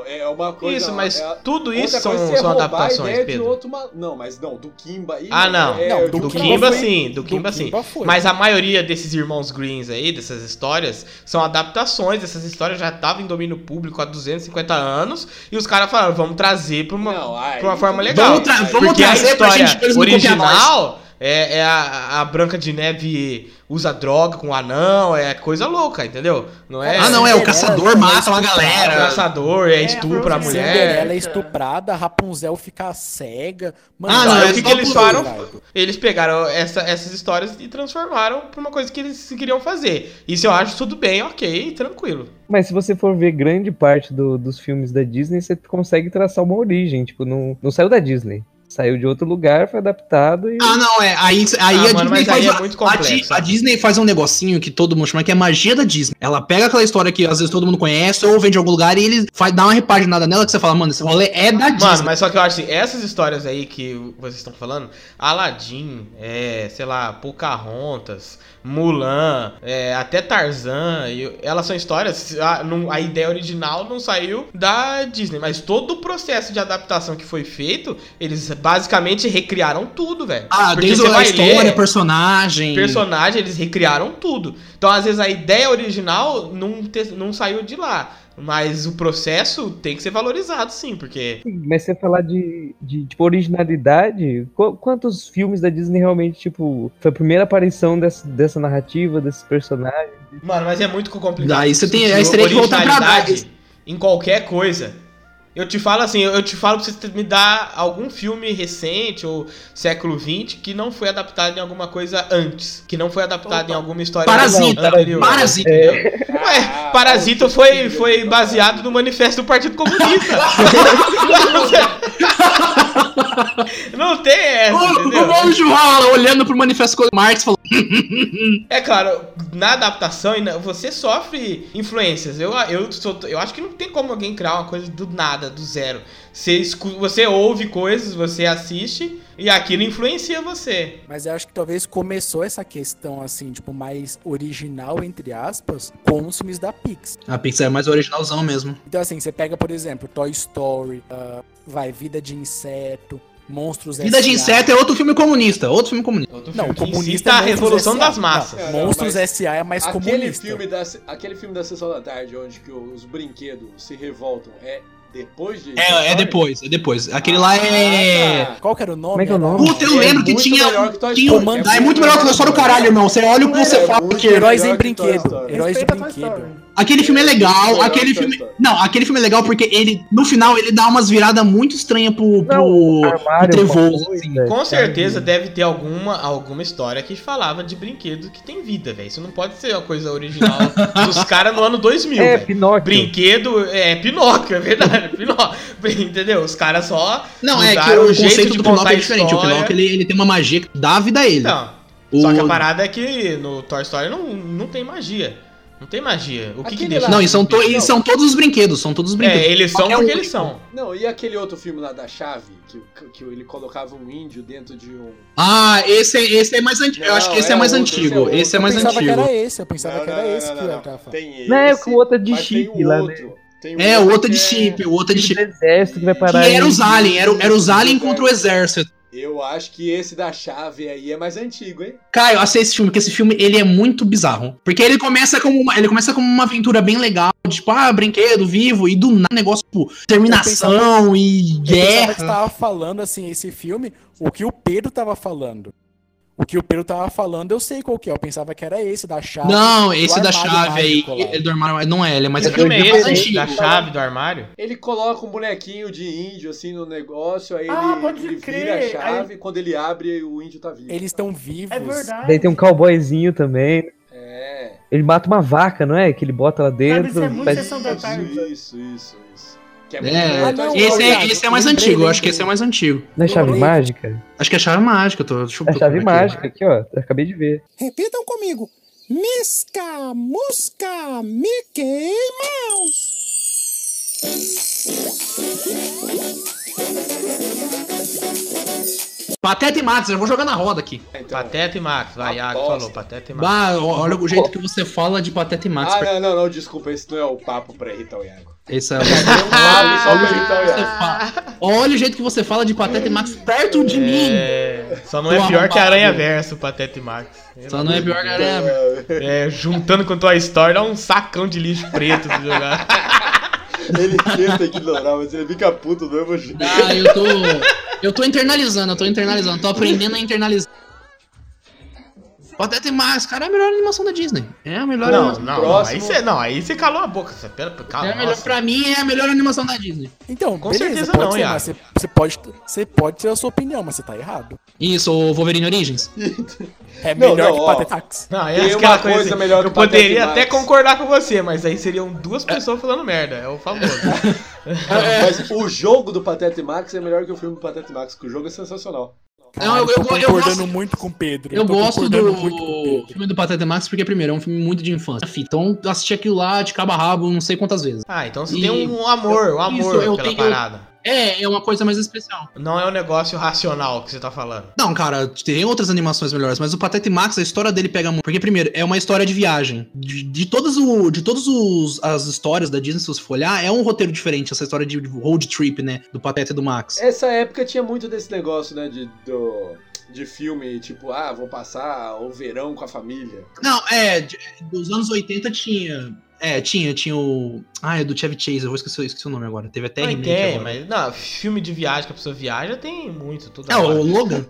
C: É uma coisa.
A: Isso, mas
C: é-
A: tudo isso
C: outra
A: são,
C: coisa é
A: são
C: roubar a
A: adaptações,
C: ideia de
A: Pedro.
C: outro ma- Não, mas não, do Kimba aí.
A: Ah, não.
C: é,
E: Não,
C: do
A: Do
E: Kimba
A: Kimba
E: foi-
A: sim,
E: do
A: do Kimba sim.
E: Kimba foi.
A: Mas a maioria desses irmãos Greens aí, dessas histórias, são adaptações. Essas histórias já estavam em domínio público há 250 anos. E os caras falaram, vamos trazer pra uma,
C: Não, aí-
A: pra uma forma legal.
B: Vamos, tra-
C: Aí,
B: vamos
A: Porque a
B: trazer pra
A: história
B: gente pra eles não copiar nós.
A: original é, é a, a Branca de Neve usa droga com o anão, é coisa louca, entendeu? Não é.
B: Ah, não, é o caçador
E: Cinderela,
B: mata uma
A: É
B: galera.
A: caçador, é
I: É,
A: estupro
B: um
A: a
I: a Frozen
A: mulher.
E: Cinderela é estuprada, Rapunzel fica cega.
B: Ah, não,
E: vai
B: é o que
E: só
B: que eles
E: por
A: falam-
E: aí,
A: Eles pegaram essa- essas histórias e transformaram pra uma coisa que eles queriam fazer. Isso eu acho tudo bem, ok, tranquilo.
F: Mas se você for ver grande parte do- dos filmes da Disney, você consegue traçar uma origem. Tipo, não, não saiu da Disney. Saiu de outro lugar, foi adaptado e.
B: Ah, não, é. Aí, aí
A: Ah,
B: a
A: mano,
B: Disney
A: mas aí
B: faz. um,
A: é
B: a-
A: muito
B: a,
A: complexo,
B: Di- a
A: sabe?
B: Disney faz um negocinho que todo mundo chama que é magia da Disney. Ela pega aquela história que às vezes todo mundo conhece ou vem de algum lugar e ele faz, dá uma repaginada nela que você fala, mano, esse rolê é da Disney.
A: Mano, mas só que eu acho assim, essas histórias aí que vocês estão falando, Aladdin, é, sei lá, Pocahontas, Mulan, é, até Tarzan, e elas são histórias, a, não- a ideia original não saiu da Disney, mas todo o processo de adaptação que foi feito, eles basicamente recriaram tudo, velho.
B: Ah,
A: Porque
B: desde
A: você
B: a
A: vai
B: história,
A: ler-
B: personagem.
A: personagem, eles recriaram tudo. Então, às vezes, a ideia original não, te- não saiu de lá. Mas o processo tem que ser valorizado, sim, porque.
F: Sim, Mas você falar de, de, tipo, originalidade, qu- quantos filmes da Disney realmente, tipo, foi a primeira aparição dessa, dessa narrativa, desses personagens?
A: Mano, mas é muito complicado.
B: Daí você tem-
A: discutir
B: aí você teria que voltar pra
A: originalidade
B: base.
A: Em qualquer coisa. Eu te falo assim, eu te falo pra você me dar algum filme recente ou século XX que não foi adaptado em alguma coisa antes. Que não foi adaptado
I: Opa.
A: em alguma história
B: Parasita,
A: anterior.
B: Parasita.
A: entendeu?
C: Ah,
A: Ué, Parasita
C: o
A: foi,
C: filho
A: foi
C: do-
A: baseado no manifesto do Partido Comunista. Não tem essa,
B: O, o
A: é, entendeu?
B: Bom João lá, olhando pro manifesto de Marx falou.
A: É claro, na adaptação e na- você sofre influências. Eu, eu, sou- eu acho que não tem como alguém criar uma coisa do nada, do zero. Você, escu- você ouve coisas, você assiste e aquilo influencia você.
E: Mas eu acho que talvez começou essa questão, assim, tipo, mais original, entre aspas, com os filmes da Pix.
B: A Pixar é mais originalzão mesmo.
E: Então, assim, você pega, por exemplo, Toy Story, ah, vai, Vida de Inseto, Monstros
B: Vida de
E: S.A..
B: Inseto tá é outro filme comunista, outro filme comunista.
A: Outro
E: Não,
A: filme que
E: comunista.
A: incita a
E: é Monstros
A: revolução
E: S.A..
A: das massas.
E: Não,
C: É, não,
E: Monstros
C: mas
E: S.A. é mais
C: Aquele
E: comunista.
C: filme, da, aquele filme da Sessão da Tarde, onde que os brinquedos se revoltam, é depois de.
B: É, é depois, é depois. Aquele lá é.
C: Ah, tá.
E: Qual que era o nome?
F: Como é que é o
E: Era-
F: nome?
B: Puta, eu
C: É
B: lembro que
C: muito
B: tinha.
C: melhor que Toy
B: tinha
C: Story.
E: É
B: um- Ah, é
C: muito
B: muito melhor que o
C: melhor
B: Toy Story,
C: que Toy
B: caralho, irmão. Você olha o que você
C: É,
B: fala.
C: muito
B: porque-
C: melhor
E: Heróis em
C: que Toy
E: Brinquedo.
C: Story.
E: Heróis de
I: Respeita a Toy
E: Brinquedo.
I: Story.
B: Aquele filme é legal,
C: Melhor
B: aquele
C: que Toy
B: filme.
C: Story.
B: Não, aquele filme é legal porque ele, no final, ele dá umas viradas muito estranhas pro. pro...
F: Não, armário,
B: Trevoso,
F: qualquer
B: assim.
F: coisa,
A: Com
F: É, sabe?
A: certeza deve ter alguma, alguma história que falava de brinquedo que tem vida, velho. Isso não pode ser uma coisa original dos caras no ano 2000,
F: É,
A: velho.
F: Pinóquio.
A: Brinquedo é Pinóquio, é verdade. Pinóquio, entendeu? Os caras só.
B: Não, é que
A: mudaram
B: o,
A: o jeito
B: conceito
A: de
B: do
A: contar
B: Pinóquio é
A: a
B: diferente. O
A: história.
B: Pinóquio ele, ele tem uma magia que dá vida a ele.
A: Não.
B: o...
A: Só que a parada é que no Toy Story não, não tem magia. Não tem magia. O que,
C: Aquele
A: que deixa?
C: lá-
B: Não, e são, to- e
C: Não.
B: são todos os brinquedos, são todos os brinquedos.
A: É, eles são
B: Qualquer
A: porque
B: um.
A: eles são.
C: Não, e aquele outro filme lá da Chave, que, que ele colocava um índio dentro de um.
B: Ah, esse é, esse é mais antigo. Eu
C: Não,
B: acho que esse é,
C: é
B: mais
C: outro, esse é
B: antigo.
C: outro.
B: Esse é
E: Eu
B: mais
E: pensava que
B: antigo.
E: era esse, eu pensava que era esse que eu tava falando.
C: Tem esse.
F: Não, é com outra de
C: mas tem
F: chip
C: o
F: lá, né?
C: outro. Tem
B: É, o outro de
C: que é-
B: um chip, o outro de
F: Filme
B: chip.
F: do exército que vai
B: Que
F: parar.
B: era um
F: em-
B: os aliens, era, era os aliens contra o exército.
C: Eu acho que esse da chave aí é mais antigo, hein?
B: Caio, assista Ah, esse filme, porque esse filme ele é muito bizarro. Porque ele começa como uma, ele começa como uma aventura bem legal, de, tipo, ah, brinquedo vivo, e do nada negócio, tipo,
E: Eu pensava
B: terminação e
E: que você
B: guerra.
E: tava falando, assim, esse filme, o que o Pedro tava falando. O que o Pedro tava falando, eu sei qual que é. Eu pensava que era esse, da é chave.
B: Não,
E: do
B: esse da
E: armário
B: chave aí,
E: mágico lá.
B: ele do armário, mas não é, ele é mais
A: Que filme é
B: ele mais
A: esse? hein? Da
B: antigo.
A: chave do armário?
C: Ele coloca um bonequinho de índio assim no negócio, aí
D: Ah,
C: ele,
D: pode
C: ele
D: crer.
C: vira a chave, quando ele abre, o índio tá vivo.
E: Eles estão vivos.
D: É verdade.
F: Daí tem um cowboyzinho também.
C: É.
F: Ele mata uma vaca, não é? Que ele bota lá
D: Cara,
F: dentro.
D: isso é muito
F: faz-
D: sessão da tarde.
C: Isso, isso, isso. Que é,
B: É,
E: Ah, não,
B: esse, é,
E: Thiago,
B: esse é mais
E: lembrei,
B: antigo, eu
E: lembrei.
B: acho que esse é mais antigo.
F: Não é chave
E: Lembrei.
F: mágica?
B: Acho que é a chave mágica, eu tô, deixa eu
F: É chave
B: procurar aqui.
F: mágica aqui, ó. Acabei de ver.
J: Repitam comigo. Misca, musca, Mickey Mouse.
B: Pateta e Max, eu vou jogar na roda aqui.
C: então.
A: Pateta e Max, vai, Iago
C: Aposta.
A: falou, Pateta e Max.
B: Bah, ó, olha o jeito que você fala de Pateta e Max.
C: Ah, não, não, não, desculpa, esse não é o papo pra irritar o Iago.
B: Esse é o-
C: Ah, só pra irritar o
B: Você
C: Iago.
B: fala- Olha o jeito que você fala de Pateta e Max perto de mim.
A: É, só não
B: Tô
A: é pior que
B: arrombado.
A: Aranha Verso, Pateta e Max.
B: um Só não é pior que aranha.
A: É, juntando com Toy Story, dá um sacão de lixo preto pra jogar.
C: Ele tenta ignorar, mas ele fica puto do mesmo jeito.
B: Ah, eu tô. Eu tô internalizando, eu tô internalizando, tô aprendendo a internalizar. Pateta e Max, cara, é a melhor animação da Disney. É a
A: Não,
B: melhor
A: não,
B: animação.
A: não,
C: próximo.
A: aí você não, aí você calou a boca. Você, pera, calma,
B: É a melhor,
A: nossa.
B: pra mim é a melhor animação da Disney.
E: Então,
A: Com
E: beleza,
A: certeza
E: pode
A: não,
E: ser,
A: Iago.
E: mas você, você pode, você pode ter a sua opinião, mas você tá errado.
B: Isso, o Wolverine Origins.
E: É
C: Não,
E: melhor
C: não,
E: que
C: ó.
E: Pateta Tax.
A: Não, é
C: Tem
A: aquela
C: uma
A: coisa,
C: coisa
A: assim,
C: melhor que
A: Eu poderia
C: Pateta e
A: até
C: Max.
A: concordar com você, mas aí seriam duas pessoas falando merda. É o famoso.
C: Mas o jogo do Pateta e Max é melhor que o filme do Pateta e Max, porque o jogo é sensacional.
B: Não, eu-
E: tô
B: eu- eu
E: concordando
B: gosto-
E: muito com o Pedro.
B: Eu
E: tô
B: gosto
E: concordando
B: do
E: muito com o Pedro.
B: filme do Pateta e Max porque, primeiro, é um filme muito de infância. Então, eu assisti aquilo lá de cabo a rabo não sei quantas vezes.
A: Ah, então você
B: E-
A: tem um amor, um amor
B: Isso, eu
A: pela
B: tenho-
A: parada.
B: É, é uma coisa mais especial.
A: Não é um negócio racional que você tá falando.
B: Não, cara, tem outras animações melhores, mas o Pateta e Max, a história dele pega muito. Porque, primeiro, é uma história de viagem. De, de todas o, de todos os, as histórias da Disney, se você for olhar, é um roteiro diferente, essa história de road trip, né? Do Pateta e do Max.
A: É.
C: Essa época tinha muito desse negócio, né, de, do, de filme, tipo, ah, vou passar o verão com a família.
B: Não, é, de- dos anos 80 tinha. É, tinha, tinha o. Ah, é do Chevy Chase, eu vou esquecer esqueci o nome agora. Teve até
A: Não
B: remake
A: tem,
B: agora.
A: mas não, filme de viagem que a pessoa viaja tem muito, toda
B: É, o
A: hora.
B: Logan.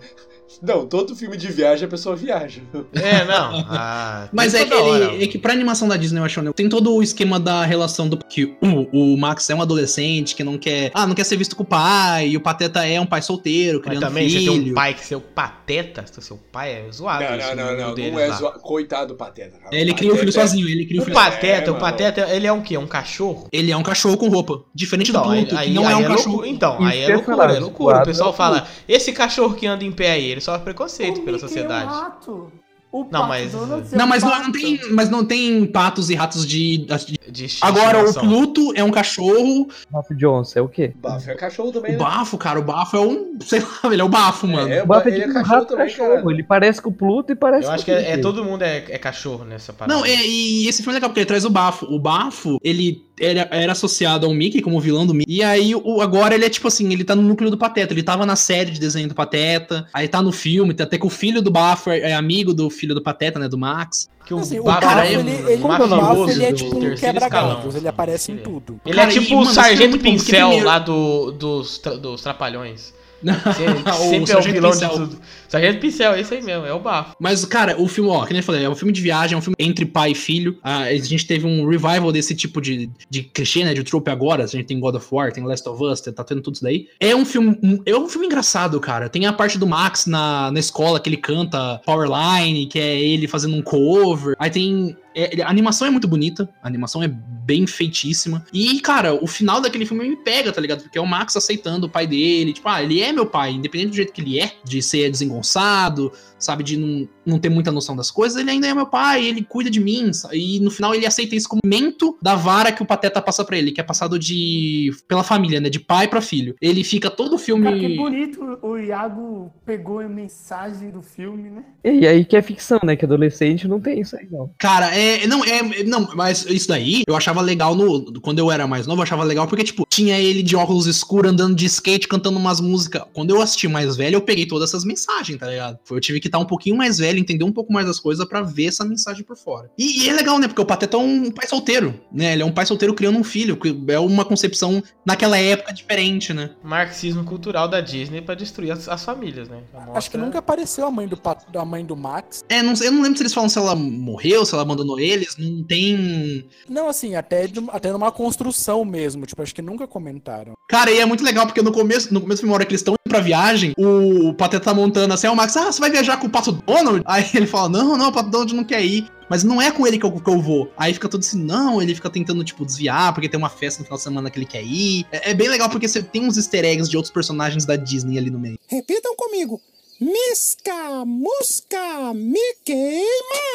C: Não, todo filme de viagem a pessoa viaja.
A: É, não. Ah, tem
B: Mas é que,
A: toda hora.
B: ele, é que pra animação da Disney eu acho né, tem todo o esquema da relação do que o, o Max é um adolescente que não quer, ah, não quer ser visto com o pai, e o Pateta é um pai solteiro,
A: Mas
B: criando
A: também
B: filho.
A: você tem um pai que seu pateta, seu pai é
B: Ah,
A: zoado.
C: Não,
A: isso,
C: não,
A: o
C: não,
A: mundo
C: não, não,
A: deles
C: é
A: lá.
C: zoa... Coitado do Pateta. cara.
B: É, Um ele cria o filho
C: Pateta é-
B: sozinho, ele cria o
A: O
B: filho.
A: pateta, o
C: mano.
A: pateta, ele é um quê? Um cachorro? Então,
B: Ele é um cachorro com roupa, diferente do Pluto, que não é um
A: loucu-
B: cachorro.
A: Então,
F: Isso
A: aí
F: que
A: é
F: eu ia
A: loucura,
F: falar,
A: é loucura. O
F: zoado
A: pessoal
F: é o
A: fala, esse cachorro que anda em pé aí, ele sofre preconceito
D: O
A: pela
D: Mickey é um
A: sociedade.
D: rato. O
A: Não,
D: Pato
A: mas-
D: Donald é
B: Não,
D: um
B: mas não,
D: pato.
B: não tem, mas não tem patos e ratos de, de-
A: De
B: Agora o
A: estimação.
B: Pluto é um cachorro.
F: Ralph Johnson, é o quê?
C: Bafo é cachorro
B: O
C: também, né?
B: Bafo, cara, o Bafo é um, sei lá, ele é o Bafo, mano.
C: É,
F: O Bafo é
C: ele é
F: tipo um
C: cachorro
F: rato
C: também,
F: cachorro.
C: cara.
F: Ele parece com o Pluto e parece
A: Eu
F: com
A: acho
F: o
A: que é, é
F: Mickey.
A: todo mundo é, é cachorro nessa parada.
B: Não, é, e esse filme é legal porque ele traz o bafo. O bafo, ele era, era associado ao Mickey como vilão do Mickey. E aí, o, agora ele é tipo assim, ele tá no núcleo do Pateta. Ele tava na série de desenho do Pateta, aí tá no filme, tá até que o filho do bafo é, é amigo do filho do Pateta, né, do Max.
A: que o
E: Assim, o
A: Bafo
E: Bafo,
A: é
E: ele,
A: um
E: ele, o Bafo,
A: mafioso
E: ele é
A: do
E: tipo um
A: terceiro
E: quebra-galhos,
A: escalão.
E: ele aparece em tudo.
A: Ele
B: Cara,
A: é
B: e,
A: tipo
B: mano,
A: o
B: isso é
A: Sargento
B: muito bom, porque
A: Pincel
B: primeiro-
A: lá do, dos, tra- dos Trapalhões. Se-
B: O
A: sempre é o
B: Sargento
A: vilão
B: Pincel.
A: de tudo. Sargento Pincel, é isso aí mesmo, é o bafo.
B: Mas, cara, o filme, ó, que nem eu falei, é um filme de viagem, é um filme entre pai e filho. Ah, a gente teve um revival desse tipo de, de clichê, né, de trope agora. A gente tem God of War, tem Last of Us, tá tendo tudo isso daí. É um filme, um- é um filme engraçado, cara. Tem a parte do Max na, na escola, que ele canta Powerline, que é ele fazendo um cover. Aí tem... é- ele- a animação é muito bonita, a animação é bem feitíssima. E, cara, o final daquele filme me pega, tá ligado? Porque é o Max aceitando o pai dele. Tipo, ah, ele é meu pai, independente do jeito que ele é, de ser desengonçado, sabe? De não, não ter muita noção das coisas, ele ainda é meu pai, ele cuida de mim. sa- E no final ele aceita isso como mento da vara que o Pateta passa pra ele, que é passado de. pela família, né? De pai pra filho. Ele fica todo o
D: Cara, que
B: filme.
D: bonito o Iago pegou a mensagem do filme, né?
F: E aí que é ficção, né? Que adolescente não tem isso aí, não.
B: Cara, é, É, não, é, é, não, mas isso daí eu achava legal no. Quando eu era mais novo, eu achava legal porque, tipo, tinha ele de óculos escuros andando de skate, cantando umas músicas. Quando eu assisti mais velho, eu peguei todas essas mensagens, tá ligado? Foi- Eu tive que estar um pouquinho mais velho, entender um pouco mais das coisas pra ver essa mensagem por fora. E, e é legal, né? Porque o Pateta é um pai solteiro, né? Ele é um pai solteiro criando um filho, que é uma concepção naquela época diferente, né?
A: Marxismo cultural da Disney pra destruir as, as famílias, né? Já
E: Acho que
A: mostra-
E: nunca apareceu a mãe do, Pat- da mãe do Max.
B: É, não, eu não lembro se eles falam se ela morreu, se ela abandonou eles, não tem
E: Não, assim, até, de- até numa construção mesmo. Tipo, acho que nunca comentaram.
B: Cara, e é muito legal porque no começo, no começo de uma hora que eles estão indo pra viagem, o Pateta tá montando assim, aí o Max, ah, você vai viajar com o Pato Donald? Aí ele fala, não, não, o Pato Donald não quer ir. Mas não é com ele que eu, que eu vou. Aí fica todo assim, não, ele fica tentando, tipo, desviar, porque tem uma festa no final de semana que ele quer ir. É, é bem legal porque você tem uns easter eggs de outros personagens da Disney ali no meio.
G: Repitam comigo. Misca, musca, Mickey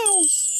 G: Mouse.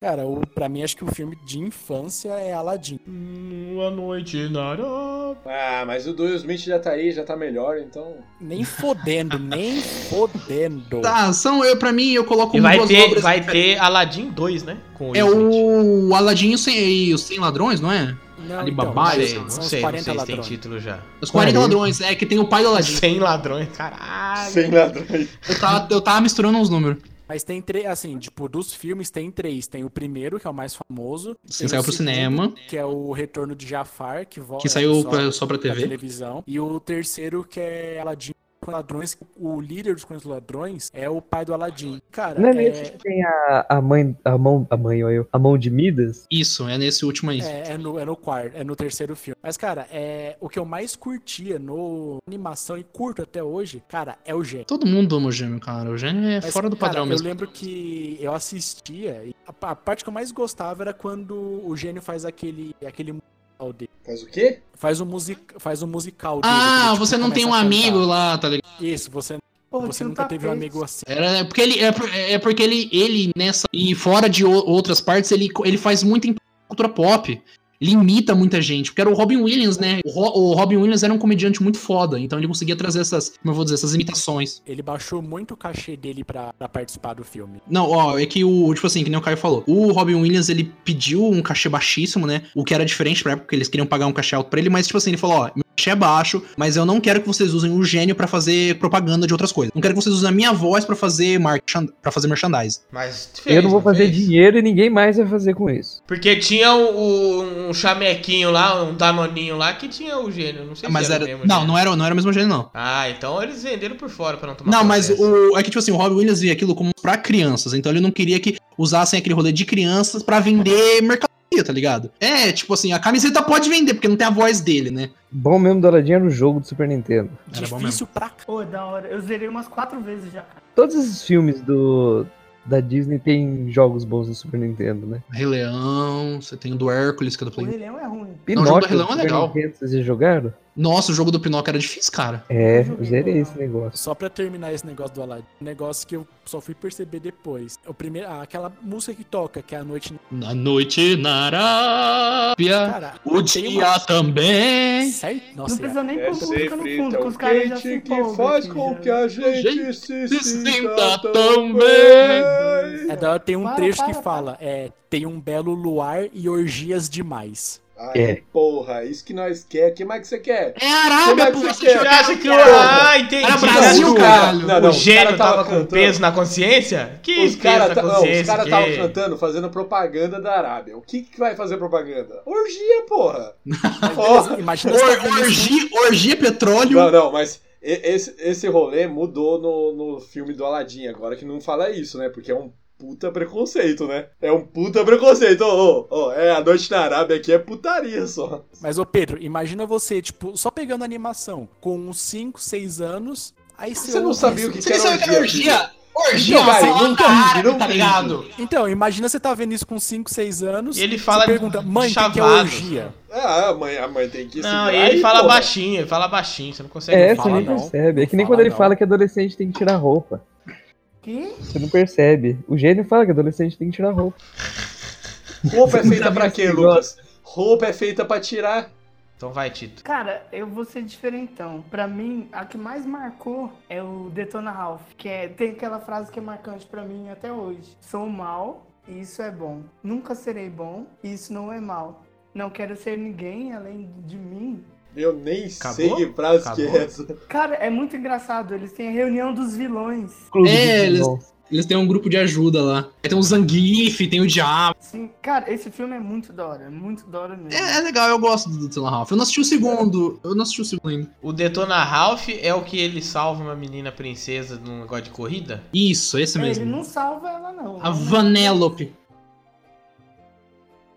E: Cara, o, pra mim, acho que o filme de infância é Aladdin.
A: Uma noite na Arábia.
C: Ah, mas o 2020 já tá aí, já tá melhor, então.
E: Nem fodendo, nem fodendo.
B: Tá, são, eu, pra mim, eu coloco um
A: E vai
B: duas
A: ter,
B: obras
A: vai
B: diferentes.
A: ter Aladdin 2, né? Com
B: É
A: Will Smith.
B: o Aladdin e os 100 e os 100 ladrões, não é?
E: Não, então,
A: Não
B: Alibaba,
A: sei,
B: são-
A: não
E: são os
A: sei, não
E: 40
A: sei se tem
E: ladrões.
A: título já.
B: Os 40 ladrões, é que tem o pai do Aladdin.
A: 100 ladrões, caralho.
C: Sem ladrões.
B: Eu tava, eu tava misturando uns números.
E: Mas tem três, assim, tipo, dos filmes tem três. Tem o primeiro, que é o mais famoso.
B: Sim,
E: Tem o
B: Assim, saiu pro
E: segundo,
B: cinema.
E: Que é o Retorno de Jafar, que é volta.
B: Que saiu pra- só pra TV.
E: televisão. E o terceiro, que é Aladdin com ladrões. O líder dos Quantos Ladrões é o pai do Aladdin. Cara,
F: Não é
E: é,
F: nesse que tem a, a mãe. A mão. A mãe, olha eu. A mão de Midas?
B: Isso, é nesse último aí.
E: É, é no, é no quarto, é no terceiro filme. Mas, cara, é, o que eu mais curtia no animação e curto até hoje, cara, é o gênio.
B: Todo mundo ama o gêmeo, cara. O gêmeo é
E: Mas,
B: fora do
E: cara,
B: padrão mesmo.
E: Eu lembro que eu assistia e a, a parte que eu mais gostava era quando o gênio faz aquele, aquele musical dele.
C: Faz o quê?
E: Faz um, music, faz um musical dele. que ele,
B: Ah,
E: tipo,
B: você não tem um
E: começa a
B: amigo
E: cantar.
B: lá, tá ligado?
E: Isso, você,
A: Porra,
E: você
A: tira um
F: tá
I: tá
E: nunca teve um
A: tapete.
E: amigo assim.
B: Era, é porque ele, é, por- é porque ele, ele nessa. E fora de o- outras partes, ele, co- ele faz muito em cultura pop. Ele imita muita gente. Porque era o Robin Williams, né? O, Ro- o Robin Williams era um comediante muito foda. Então ele conseguia trazer essas. Como eu vou dizer? Essas imitações.
E: Ele baixou muito o cachê dele pra, pra participar do filme.
B: Não, ó, é que o, tipo assim, que nem o Caio falou, o Robin Williams, ele pediu um cachê baixíssimo, né? O que era diferente pra época, porque eles queriam pagar um cachê alto pra ele, mas, tipo assim, ele falou, ó, meu cachê é baixo, mas eu não quero que vocês usem o gênio pra fazer propaganda de outras coisas. Não quero que vocês usem a minha voz pra fazer, marchand... pra fazer merchandise.
A: Mas
F: eu
A: fez,
F: não vou fazer
A: fez?
F: dinheiro e ninguém mais vai fazer com isso.
A: Porque tinha o- o- um chamequinho lá, um danoninho lá, que tinha o gênio. Não sei
B: Ah, mas
A: se
B: era...
A: o mesmo
B: Não, é-
A: gênio.
B: não era, não era o mesmo gênio, não.
A: Ah, então eles venderam por fora pra não tomar
B: Não, mas
A: processo.
B: o, é que, tipo assim, o Robin Williams via aquilo como pra crianças, então ele não queria que usassem aquele rolê de crianças pra vender mercadoria, tá ligado? É, tipo assim, a camiseta pode vender, porque não tem a voz dele, né?
F: Bom mesmo do Aladdin era o jogo do Super Nintendo.
B: Era bom
E: Difícil pra c-
I: Pô, da hora. Eu zerei umas quatro vezes já.
F: Todos esses filmes do da Disney tem jogos bons no Super Nintendo, né?
B: Rei Leão, você tem o do Hércules, que é do
I: O
B: Play.
I: Rei Leão é ruim.
B: Não, o jogo do Rei
F: no
B: Leão é
F: Super
B: legal.
F: Nintendo, vocês já jogaram?
B: Nossa, o jogo do Pinóquio era difícil, cara.
F: É,
I: joguei,
F: eu zerei
I: não.
F: esse negócio.
E: Só pra terminar esse negócio do Aladdin, um negócio que eu só fui perceber depois. O primeiro, ah, aquela música que toca, que é a noite.
B: Na noite na Arábia,
E: Cara,
B: Ah, o
E: tem
B: dia também.
E: Certo?
I: Não
E: nossa, é-
I: precisa nem
C: É
I: pôr música no
C: sempre
I: fundo, que
C: tão
I: os caras já se
C: quente que
I: empolgam.
C: faz
I: aqui,
C: com
I: já.
C: que a gente
B: gente
C: se,
B: se
C: sinta
B: sinta
C: tão
B: tão
C: bem.
E: é da hora, tem um
I: Para,
E: trecho
I: para,
E: que
I: para.
E: fala: é, tem um belo luar e orgias demais.
C: Ai,
F: É.
C: porra, isso que nós quer. O que mais que você quer?
B: É a Arábia,
C: Como é
B: pô.
C: que
B: Você
C: você
B: joga-
A: Você acha que o...
C: Porra.
A: Ah, entendi.
B: Era Brasil,
A: o-
B: caralho.
C: Não,
A: o
C: não, os
A: gênio
C: cara
A: tava,
C: tava
A: com
C: cantando.
A: peso na consciência? Que
C: Os
A: peso
C: caras
A: na consciência?
C: cara
A: que- é.
C: estavam cantando, fazendo propaganda da Arábia. O que, que vai fazer propaganda? Orgia, porra! Porra.
E: Imagina você tá
B: Or,
E: vendo isso
B: orgia, orgia, petróleo.
C: Não, não, mas e- esse, esse rolê mudou no, no filme do Aladdin, agora que não fala isso, né? Porque é um puta preconceito, né? É um puta preconceito. Ô, ô, ô, é, a noite na Arábia aqui é putaria só.
E: Mas, ô Pedro, imagina você, tipo, só pegando animação, com uns 5, 6 anos, aí você.
C: Você não
E: ouve
C: sabia
E: isso.
C: o que, que
B: Você
C: era
B: sabe o que
C: orgia.
B: era orgia? Orgia,
C: Então, vai,
A: assim,
B: você fala
C: não
B: da
C: finge,
B: Arábia,
C: não
B: tá
C: finge.
B: ligado?
E: Então, imagina você tá vendo isso com 5, 6 anos.
A: E ele fala
E: você pergunta,
A: de
E: mãe, o que, que é
A: chavado,
E: orgia?
C: Ah, a mãe, a mãe tem que
A: Não,
C: segurar
A: e ele
C: aí,
A: fala
C: porra.
A: baixinho, ele fala baixinho, você não consegue
F: É, você
E: fala,
F: nem
E: não.
F: percebe. É que nem
E: Fala,
F: quando ele
E: não.
F: fala que adolescente tem que tirar roupa.
I: Que?
F: Você não percebe. O gênio fala que adolescente tem que tirar roupa.
C: Roupa é feita pra quê,
F: Esse
C: Lucas? Roupa é feita pra tirar.
A: Então vai, Tito.
I: Cara, eu vou ser diferentão. Pra mim, a que mais marcou é o Detona Ralph, que é, tem aquela frase que é marcante pra mim até hoje. Sou mal, e isso é bom. Nunca serei bom, e isso não é mal. Não quero ser ninguém além de mim.
C: Eu nem
I: Acabou?
C: sei que frase que
I: Acabou?
C: é essa.
I: Cara, é muito engraçado. Eles têm a reunião dos vilões.
B: É, eles, eles têm um grupo de ajuda lá. Aí tem o Zangief, tem o Diabo.
I: Sim, cara, esse filme é muito da hora, muito da hora mesmo.
B: É, é legal, eu gosto do Detona Ralph. Eu não assisti o segundo. Eu não assisti o segundo ainda.
A: O Detona Ralph é o que ele salva uma menina princesa num negócio de corrida?
B: Isso, esse
I: É,
B: mesmo.
I: Ele não salva ela, não.
B: A Vanellope.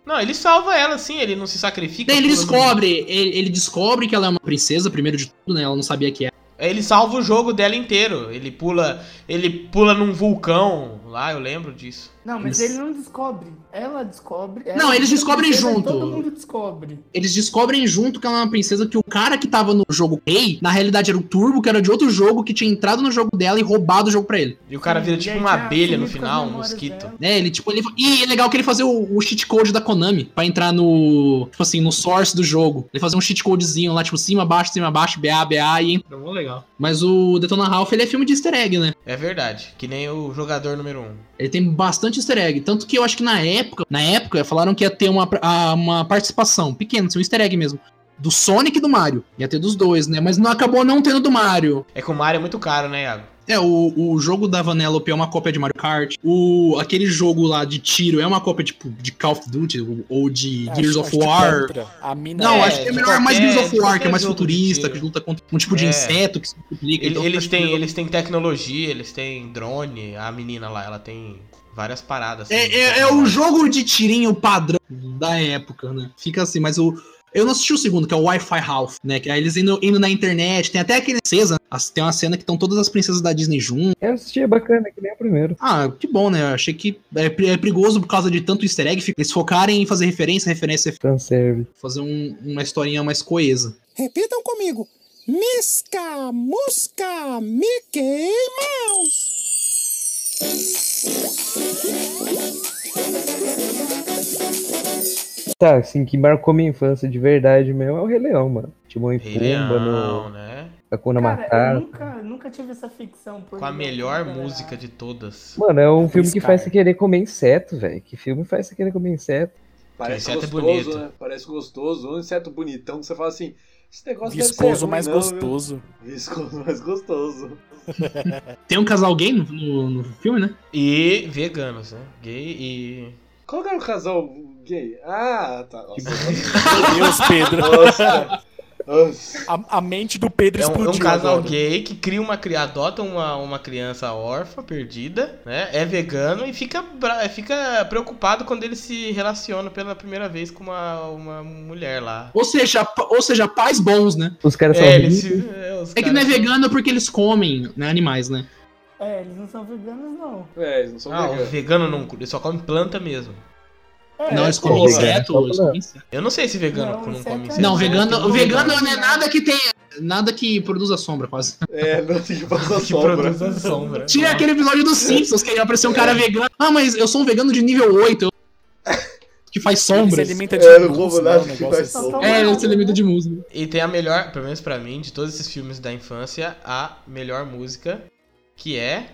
A: Não, ele salva ela sim, ele não se sacrifica. um-
B: Daí ele
A: por-
B: descobre, ele, ele descobre que ela é uma princesa, primeiro de tudo, né? Ela não sabia que era.
A: Ele salva o jogo dela inteiro. Ele pula, ele pula num vulcão lá, eu lembro disso.
I: Não, mas
A: Eles-
I: ele não descobre. Ela descobre. ela
B: Não, eles descobrem
I: descobre,
B: junto.
I: Todo mundo descobre.
B: Eles descobrem junto que ela é uma princesa que o cara que tava no jogo rei, na realidade era o Turbo, que era de outro jogo, que tinha entrado no jogo dela e roubado o jogo pra ele.
A: E o cara vira
I: E
A: tipo
I: aí
A: uma
I: tem a
A: abelha no
I: Fumiko
A: final, um
I: memórias
A: mosquito.
B: É, ele tipo, ele. E é legal que ele fazia o, o cheat code da Konami pra entrar no. Tipo assim, no source do jogo. Ele fazia um cheat codezinho lá, tipo, cima, baixo, cima, baixo, BA, BA e. entra.
A: legal.
B: Mas o Detona Ralph, ele é filme de easter egg, né?
A: É verdade, que nem o jogador número 1. Um.
B: Ele tem bastante easter egg. Tanto que eu acho que na época, na época, falaram que ia ter uma, a- uma participação pequena, assim, um easter egg mesmo. Do Sonic e do Mario. Ia ter dos dois, né? Mas não acabou não tendo do Mario.
A: É que o Mario é muito caro, né, Iago?
B: É, o, o jogo da Vanellope é uma cópia de Mario Kart. O, aquele jogo lá de tiro é uma cópia, tipo, de Call of Duty ou- ou de Gears
E: É, Acho-
B: of
E: acho que
B: War.
E: contra. A mina
B: Não,
E: é,
B: acho que é
E: de
B: melhor mais
A: qualquer-
B: Gears of
A: de
B: War, que é mais
A: qualquer jogo de
B: futurista,
A: tiro.
B: que luta contra um tipo de
A: É.
B: inseto que se multiplica.
A: Ele-
B: então
A: eles,
B: acho que-
A: têm, eles têm tecnologia, eles têm drone, a menina lá, ela tem várias paradas. assim.
B: É, é, é o jogo de tirinho padrão da época, né? Fica assim, mas o. Eu não assisti o segundo, que é o Wi-Fi Half, né? Que aí eles indo, indo na internet, tem até aquele princesa. as- Tem uma cena que estão todas as princesas da Disney juntas.
F: Eu assisti, é bacana, que nem o primeiro.
B: Ah, que bom, né? Eu achei que é, pre- é perigoso por causa de tanto easter egg. Eles focarem em fazer referência, referência,
F: Então, Fanservice.
B: fazer um- uma historinha mais coesa.
G: Repitam comigo. Misca, musca, Mickey Mouse.
F: Tá, assim, que marcou minha infância de verdade mesmo é o Rei Leão, mano. Timão e
A: Rei
F: Pumba
A: Leão,
F: no
A: né?
F: Hakuna
I: Cara, eu
F: Matata.
I: nunca, nunca tive essa ficção por
A: Com a
I: mim.
A: melhor música de todas.
F: Mano, é um filme que
A: Scar.
F: faz você querer comer inseto, velho. Que filme faz você querer comer inseto?
C: Parece
A: Inseto é
C: gostoso,
A: bonito.
C: né? Parece gostoso. Um inseto bonitão que você fala assim: esse
A: é
C: negócio deve ser
E: Viscoso
C: ruim,
E: mais
C: não,
E: gostoso.
C: Viu? Viscoso mais gostoso.
B: Tem um casal gay no, no- no filme, né?
A: E veganos, né? Gay e.
C: Qual que era o casal gay? Ah, tá. Nossa,
E: Meu Deus, Pedro.
C: nossa. nossa.
E: A, a mente do Pedro
A: É um, é
E: explodiu.
A: um casal
E: agora.
A: gay que cria uma cri- adota uma, uma criança órfã, perdida, né? É vegano e fica, bra- é, fica preocupado quando ele se relaciona pela primeira vez com uma, uma mulher lá.
B: Ou seja, pa- ou seja, pais bons, né?
F: Os caras são
A: É, ele
F: ricos.
A: se- é, os
B: É que não é
A: caras-
B: vegano porque eles comem né, animais, né?
I: É, eles não são veganos, não.
C: É, eles não são
A: Ah, o
C: veganos.
A: vegano não, ele só come planta mesmo.
I: É,
B: não, eles
I: pô,
B: comem
F: vegano,
B: inseto.
F: tá
B: eles
F: falando.
B: comem inseto.
A: Eu não sei se vegano
I: Não,
A: não,
I: isso é
A: come
I: que-
A: inseto.
B: Não,
I: Sim,
B: vegano,
I: tem
B: o
I: que
B: vegano
I: cuidar.
B: não é nada que tem. Nada que produza sombra, quase.
C: É, não tem que passar
A: que
C: sombra.
A: produz a é sombra.
B: Tira aquele episódio dos Simpsons, que aí apareceu um cara vegano. Ah, mas eu sou um vegano de nível 8. eu- Que faz
E: Ele se
B: sombras.
E: alimenta de
C: É, não
E: luz,
C: como
E: né,
C: nada
E: um
C: que
E: negócio
C: faz
E: assim.
C: sombra.
B: É, ele se alimenta de música.
A: E tem a melhor, pelo menos pra mim, de todos esses filmes da infância, a melhor música, que é.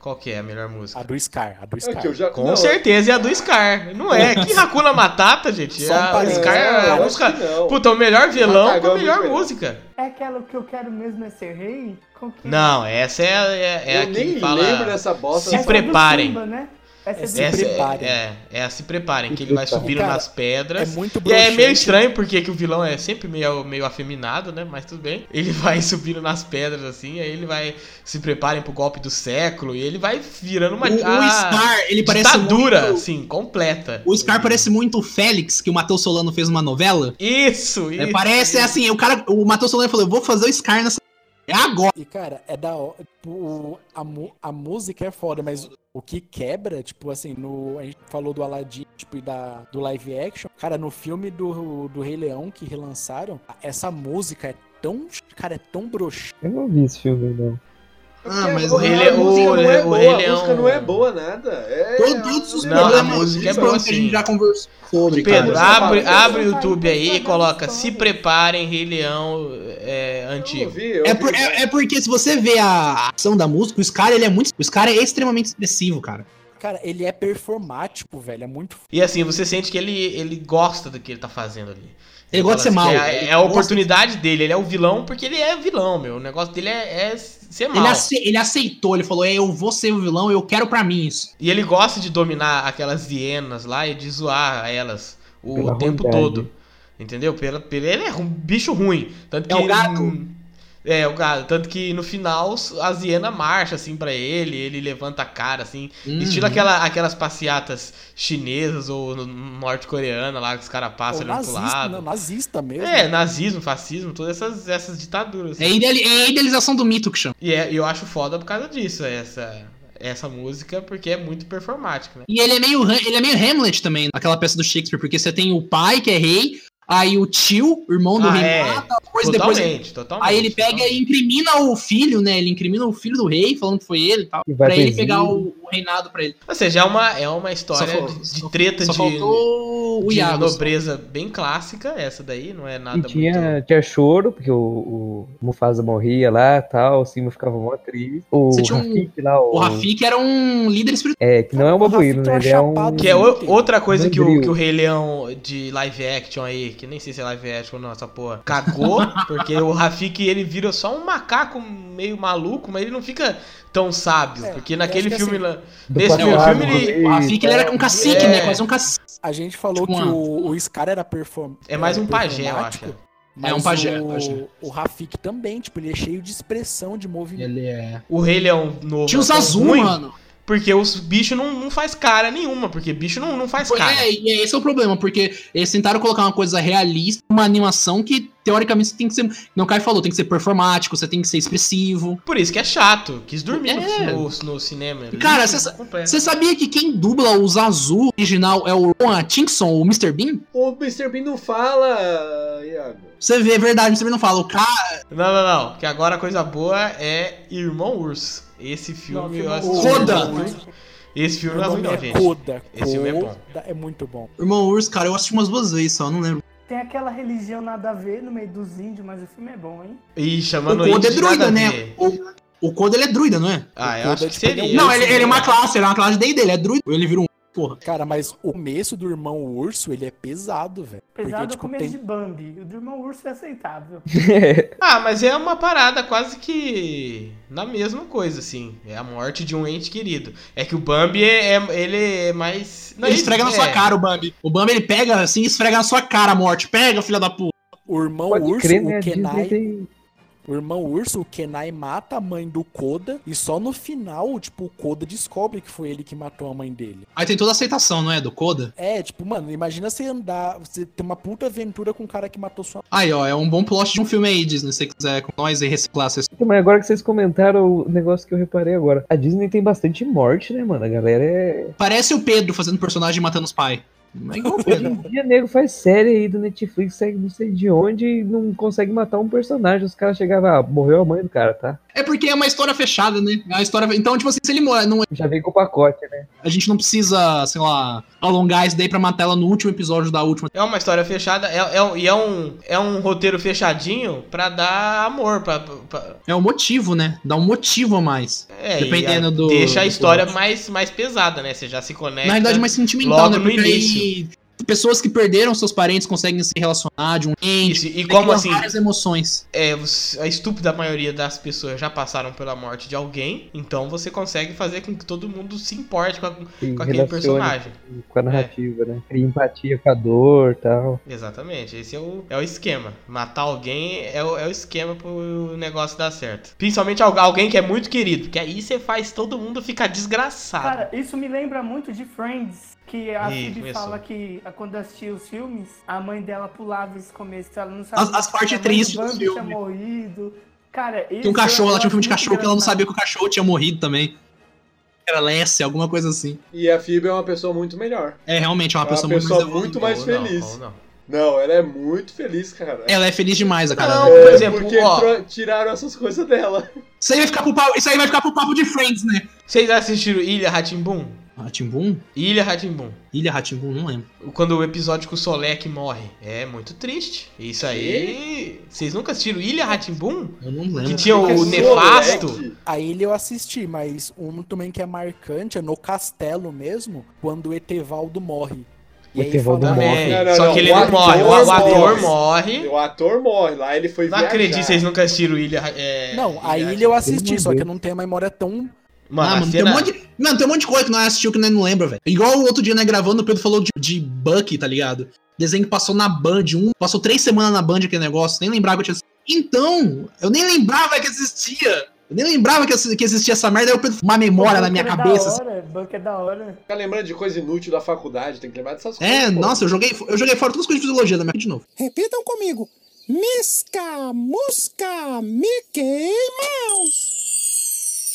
A: Qual que é a melhor música?
E: A do Scar, a do
C: É
E: Scar.
C: que eu já...
A: Com
C: não,
A: certeza é a do Scar. Não é? Que Hakuna Matata, gente.
E: Só um
A: a, o
E: parênteses.
A: Scar é a
C: eu acho
A: música.
C: que não.
A: Puta, o melhor vilão com
C: Macagão
A: a
C: é
A: melhor
C: muito melhor.
A: música.
I: É aquela que eu quero mesmo é ser rei? Qual que é?
A: Não, essa é, é, é
C: eu
A: a que
C: nem
A: fala.
C: lembro dessa bosta.
A: Se
I: Essa é do
A: preparem.
I: Simba, né? Essa é do
E: Se
A: Essa é-
E: preparem.
A: É, é, a se preparem, que ele vai
F: Cara,
A: subindo nas
E: É
A: pedras.
E: muito
A: E é meio
E: broxante.
C: Tipo,
A: estranho, porque que o vilão é sempre meio, meio afeminado, né? Mas tudo bem. Ele vai subindo nas pedras, assim, aí ele vai se preparem pro golpe do século, e ele vai virando uma
B: O, o
A: a
B: Scar, ele parece.
A: ditadura,
B: Muito,
A: assim, completa.
B: o Scar parece muito o Félix, que o Matheus Solano fez uma novela.
A: Isso,
B: É,
A: isso.
B: parece assim, o cara. O Matheus Solano falou: eu vou fazer o Scar nessa. É agora.
E: E, cara, é da hora. tipo, o- a, mu- a música é foda, mas o que quebra, tipo assim, no, a gente falou do Aladdin tipo, e da, do live action. Cara, no filme do, do Rei Leão que relançaram, essa música é tão. Cara, é tão broxa.
F: Eu não vi esse filme, não.
B: Ah, mas
C: a
B: ele é-
C: música
B: o-
C: não é
B: o
C: boa,
B: Rei
C: a música
B: Leão-
C: não é boa nada. É,
B: Todos os
C: Não,
B: problemas,
C: a música é boa,
B: que a gente já conversou sobre,
A: Pedro,
B: cara.
A: abre, abre o YouTube aí e coloca Se Preparem, Rei Leão é, né? Antigo.
B: É, por- é- é porque se você vê a ação da música, o Scar, ele é muito. O Scar é extremamente expressivo, cara.
E: Cara, ele é performático, velho. É muito
A: E assim, você sente que ele, ele gosta do que ele tá fazendo ali.
B: Ele gosta de ser
A: fala assim,
B: mal.
A: É,
B: Ele
A: é a
B: gosta-
A: oportunidade dele, ele é o vilão porque ele é vilão, meu. O negócio dele é, é ser mal.
B: Ele, ace- ele aceitou, ele falou: é, eu vou ser o vilão, eu quero pra mim isso.
A: E ele gosta de dominar aquelas hienas lá e de zoar elas o
B: Pela
A: tempo
B: ruindade.
A: todo. Entendeu? Pela, pela- ele é um bicho ruim. Tanto
B: É
A: que
B: o gato.
A: É, o gato. Tanto que no final as hienas marcham assim pra ele, ele levanta a cara assim.
B: Uhum.
A: Estilo aquela, aquelas passeatas chinesas ou no- norte-coreana lá que os caras
E: Ou
A: passam olhando pro
E: nazista,
B: né,
E: é
A: lado.
E: não, nazista mesmo.
A: É, nazismo, fascismo, todas essas, essas ditaduras.
B: É, ideali- é a idealização do mito que chama.
A: E é- e eu acho foda por causa disso, essa, essa música, porque é muito performática, né?
B: E ele é meio Ham- ele é meio Hamlet também, aquela peça do Shakespeare, porque você tem o pai que é rei, aí o tio, o irmão do
A: Ah,
B: rei,
A: é.
B: mata, depois depois
A: totalmente,
B: ele,
A: totalmente.
B: aí ele pega e incrimina o filho, né? Ele incrimina o filho do rei, falando que foi ele, e tal,
F: E vai
B: pra
F: pro
B: ele
F: exílio.
B: pegar o, o reinado pra ele.
A: Ou seja, é uma, é uma história
B: Só fal-
A: de, de treta
B: só
A: de,
B: faltou o
A: de
B: Iago, só.
A: nobreza bem clássica, essa daí, não é nada
F: E tinha, tinha choro, porque o, o Mufasa morria lá tal, o Simba ficava mó triste. O
B: Você tinha um-
F: Rafiki lá, o,
B: O Rafik tá era um líder espiritual.
F: É, que não é um babuíno, né? Ele é um.
A: Que é o- outra coisa que o,
F: mandril.
A: que o Rei Leão de live action aí, que nem sei se é live action ou não, essa porra, cagou, porque o Rafik ele vira só um macaco meio maluco, mas ele não fica tão sábio,
B: É,
A: porque naquele
E: acho que
A: filme
E: assim,
A: lá,
F: do né?
A: nesse meu
F: Padawan,
A: filme ele...
F: do
B: O Rafik ele era um cacique,
A: É.
B: né? Quase um cacique.
E: A gente falou
B: Tipo
E: que
B: uma-
E: o, o Scar era perform...
A: É mais um pajé, eu
E: performático,
A: acho.
E: mas
B: É um pajé,
E: O,
B: pajé.
E: o Rafik também, tipo, ele é cheio de expressão, de movimento.
B: Ele é.
A: O Rei Leão novo.
B: Tinha os
A: é tão
B: Azul,
A: ruim,
B: mano.
A: Porque os bichos não, não faz cara nenhuma, porque bicho não, não faz
B: Pois
A: cara.
B: é, e esse é o problema, porque eles tentaram colocar uma coisa realista, uma animação que teoricamente você tem que ser. Não, o Caio falou, tem que ser performático, você tem que ser expressivo.
A: Por isso que é chato. Quis dormir
B: É.
A: no, no cinema.
B: Cara,
A: Lixo
B: cê-
A: completo.
B: Você sabia que quem dubla os azul original é o Ron Atkinson, o Mr. Bean?
C: O Mr. Bean não fala, Iago.
B: Você vê, é verdade, o Mr. Bean não fala. O cara.
A: Não, não, não. Que agora a coisa boa é Irmão Urso. Esse
E: Não,
A: filme
E: filme
A: eu
E: é
A: assisti.
B: Coda.
A: muito. Esse filme não é
E: O
A: ruim,
E: nome
A: não,
E: é
A: gente.
E: Coda.
A: Esse filme é bom.
E: Coda é muito bom.
B: Irmão Urso, cara, eu assisti umas duas vezes só, não lembro.
I: Tem aquela religião nada a ver no meio dos índios, mas o filme é bom, hein?
A: Ih, chamando
B: o Coda
A: índio
B: é
A: de nada
B: druida,
A: a
B: né?
A: ver.
B: O, o Coda ele é druida, não é?
A: Ah, eu
E: Coda
A: acho
E: é
A: que
E: tipo, ele é
A: seria.
E: um
B: não,
E: esse
B: ele, ele é uma
A: macaco.
B: classe, ele é uma classe de ele é druida. Ele vira um. Porra.
E: Cara, mas o começo do irmão urso, ele é pesado, velho. Porque,
I: Apesar do
E: tipo,
I: é começo
E: tem-
I: de Bambi, o do irmão urso é aceitável.
A: Ah, mas é uma parada quase que na mesma coisa, assim. É a morte de um ente querido. É que o Bambi é, é- ele é mais. Não,
B: ele esfrega na sua
A: é.
B: cara o Bambi. O Bambi ele pega assim e esfrega na sua cara a morte. Pega, filha da puta.
E: O irmão
F: Pode
E: urso,
F: crer,
E: o
F: né? A Disney
E: Kenai.
F: tem.
E: O irmão urso, o Kenai mata a mãe do Koda. E só no final, tipo, o Koda descobre que foi ele que matou a mãe dele.
B: Aí tem toda a aceitação, não é? Do Coda.
E: É, tipo, mano, imagina você andar, você ter uma puta aventura com o cara que matou sua
B: Aí, ó, é um bom plot de um filme aí, Disney, se você quiser com nós e reciclar essa história.
F: Então, mas agora que vocês comentaram o negócio que eu reparei agora. A Disney tem bastante morte, né, mano? A galera é.
B: Parece o Pedro fazendo personagem matando os pais. Não é igual o
F: Hoje
B: Pedro.
F: em dia, nego faz série aí do Netflix, segue não sei de onde e não consegue matar um personagem. Os caras chegavam, ah, morreu a mãe do cara, tá?
B: é porque é uma história fechada, né? É uma história. Então, tipo assim, se ele mora. Não...
F: Já vem com o pacote, né?
B: A gente não precisa, sei lá, alongar isso daí pra matar ela no último episódio da última.
A: É uma história fechada, é, é um- e é um, é um roteiro fechadinho pra dar amor. Pra, pra-
B: É o motivo, né? Dá um motivo a mais.
A: é, e
B: Dependendo
A: a-
B: do-
A: Deixa a
B: do
A: história
B: plot.
A: mais, mais pesada, né? Você já se conecta.
B: Na realidade, mais sentimental,
A: logo
B: né?
A: no
B: Porque
A: início.
B: aí pessoas que perderam seus parentes conseguem se relacionar de um
A: Isso,
B: ente.
A: e como
B: criam
A: assim?
B: várias emoções.
A: É, você- a estúpida maioria das pessoas já passaram pela morte de alguém, então você consegue fazer com que todo mundo se importe com, a-
F: E
A: com aquele
F: relaciona
A: personagem.
F: com a narrativa, né? Cria empatia com a dor e tal.
A: Exatamente, esse é o, é o esquema. Matar alguém é o, é o esquema pro negócio dar certo. Principalmente al- alguém que é muito querido, que aí você faz todo mundo ficar
B: Ah.
A: desgraçado.
I: Cara, isso me lembra muito de Friends, que a
A: Ih,
I: Phoebe
A: começou.
I: fala que a- quando assistia os filmes, a mãe dela pulava esse começo, ela não
B: As-
I: sabia
B: as
I: se
B: partes
I: a mãe do
B: tristes do
I: Bambi
B: filme.
I: tinha morrido. Cara,
B: Tem um cachorro, ela tinha um filme de cachorro que ela não
A: é
B: sabia que o cachorro tinha morrido também. Era Lessie, alguma coisa assim.
C: E a Phoebe é uma pessoa muito melhor.
B: É, realmente, é uma
C: É uma
B: pessoa,
C: pessoa
B: mais evoluída.
C: muito mais
A: Ou não,
C: feliz.
A: ou não.
C: Não, ela é muito feliz, cara.
B: Ela é feliz demais, a cara.
A: Não,
B: dela.
A: por
C: É,
A: exemplo,
C: porque
A: ó.
C: tro- tiraram essas coisas dela.
B: Isso aí vai ficar pro papo, isso aí vai ficar pro papo de Friends, né?
A: Vocês assistiram Ilha Ratimbum?
B: Ratimbum?
A: Ilha Ratimbum.
B: Ilha Ratimbum, não lembro.
A: Quando o episódio que o Solek morre. É muito triste. Isso aí. Vocês nunca assistiram Ilha Ratimbum?
B: Eu não lembro.
A: Que tinha o Nefasto.
E: A ilha eu assisti, mas um também que é marcante é no castelo mesmo, quando o Etevaldo morre.
F: O Etevaldo
E: fala-
F: morre.
A: Não, não, É, Só que ele não morre. O, o ator morre.
C: É O ator morre, lá ele foi
A: Não
C: viajar.
A: acredito, vocês nunca assistiram Ilha. É,
E: Não, a
A: Ilha-
E: ilha eu assisti,
F: não
E: só que
F: vê.
E: eu não tenho a memória tão.
A: Mano,
B: ah,
A: a
B: mano,
A: cena-
B: tem um monte de, mano, tem um monte de coisa que nós assistiu que nós não lembra, velho. Igual o outro dia, né, gravando, o Pedro falou de, de Bucky, tá ligado? Desenho que passou na Band, um, passou três semanas na Band aquele negócio, nem lembrava que eu tinha assistido. Então, eu nem lembrava que existia. Eu nem lembrava que, assi- que existia essa merda, aí eu Pedro, uma memória na minha
I: Bunker
B: cabeça. assim.
I: É da hora, Bunker é da hora.
C: Ficar lembrando de coisa inútil da faculdade, tem que lembrar dessas coisas.
B: É,
C: pô.
B: nossa, eu joguei, eu joguei fora todas as coisas de fisiologia da minha de novo.
G: Repitam comigo. Misca, musca, Mickey Mouse.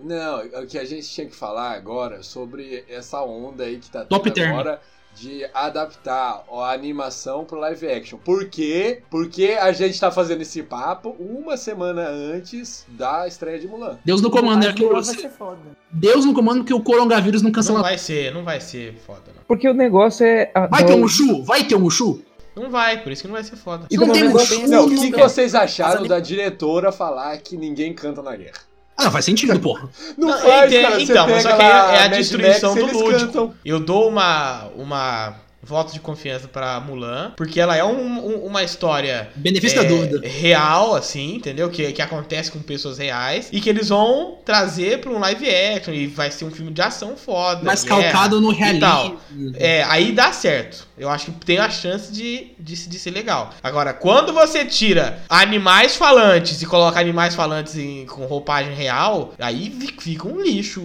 C: Não, o que a gente tinha que falar agora sobre essa onda aí que tá
B: Top
C: tendo
B: term.
C: agora de adaptar a animação pro live action. Por quê? Porque a gente tá fazendo esse papo uma semana antes da estreia de Mulan.
B: Deus no comando, né?
I: Mas Mulan vai
B: que-
I: ser foda.
B: Deus no comando que o coronavírus não cancela.
A: Não vai ser, não vai ser foda, não.
F: Porque o negócio é. a-
B: Vai
F: da-
B: ter um Mushu? Vai ter um Mushu?
A: Não vai, por isso que não vai ser foda.
F: E
B: Não
F: do
B: tem um né?
F: momento-
B: Mushu.
C: Não, o que, que vocês
E: Mas
C: acharam
E: ali-
C: da diretora falar que ninguém canta na guerra?
B: Ah, não, faz sentido, porra.
C: Não,
A: Não,
C: faz,
A: entendo.
C: cara. Você
A: Então,
C: pega
A: só que é
C: lá
A: a
C: Mad Max,
A: destruição do
C: eles
A: lúdico.
C: cantam.
A: Eu dou uma, uma voto de confiança pra Mulan, porque ela é um- um- uma história
B: Benefício
A: é,
B: da dúvida.
A: real, assim, entendeu? Que, que acontece com pessoas reais e que eles vão trazer pra um live action e vai ser um filme de ação foda.
B: Mas
A: guerra.
B: calcado no
A: é. tal.
B: realismo.
A: É, aí dá certo. Eu acho que tem a chance de, de, se- de ser legal. Agora, quando você tira animais falantes e coloca animais falantes em- com roupagem real, aí vi- fica um lixo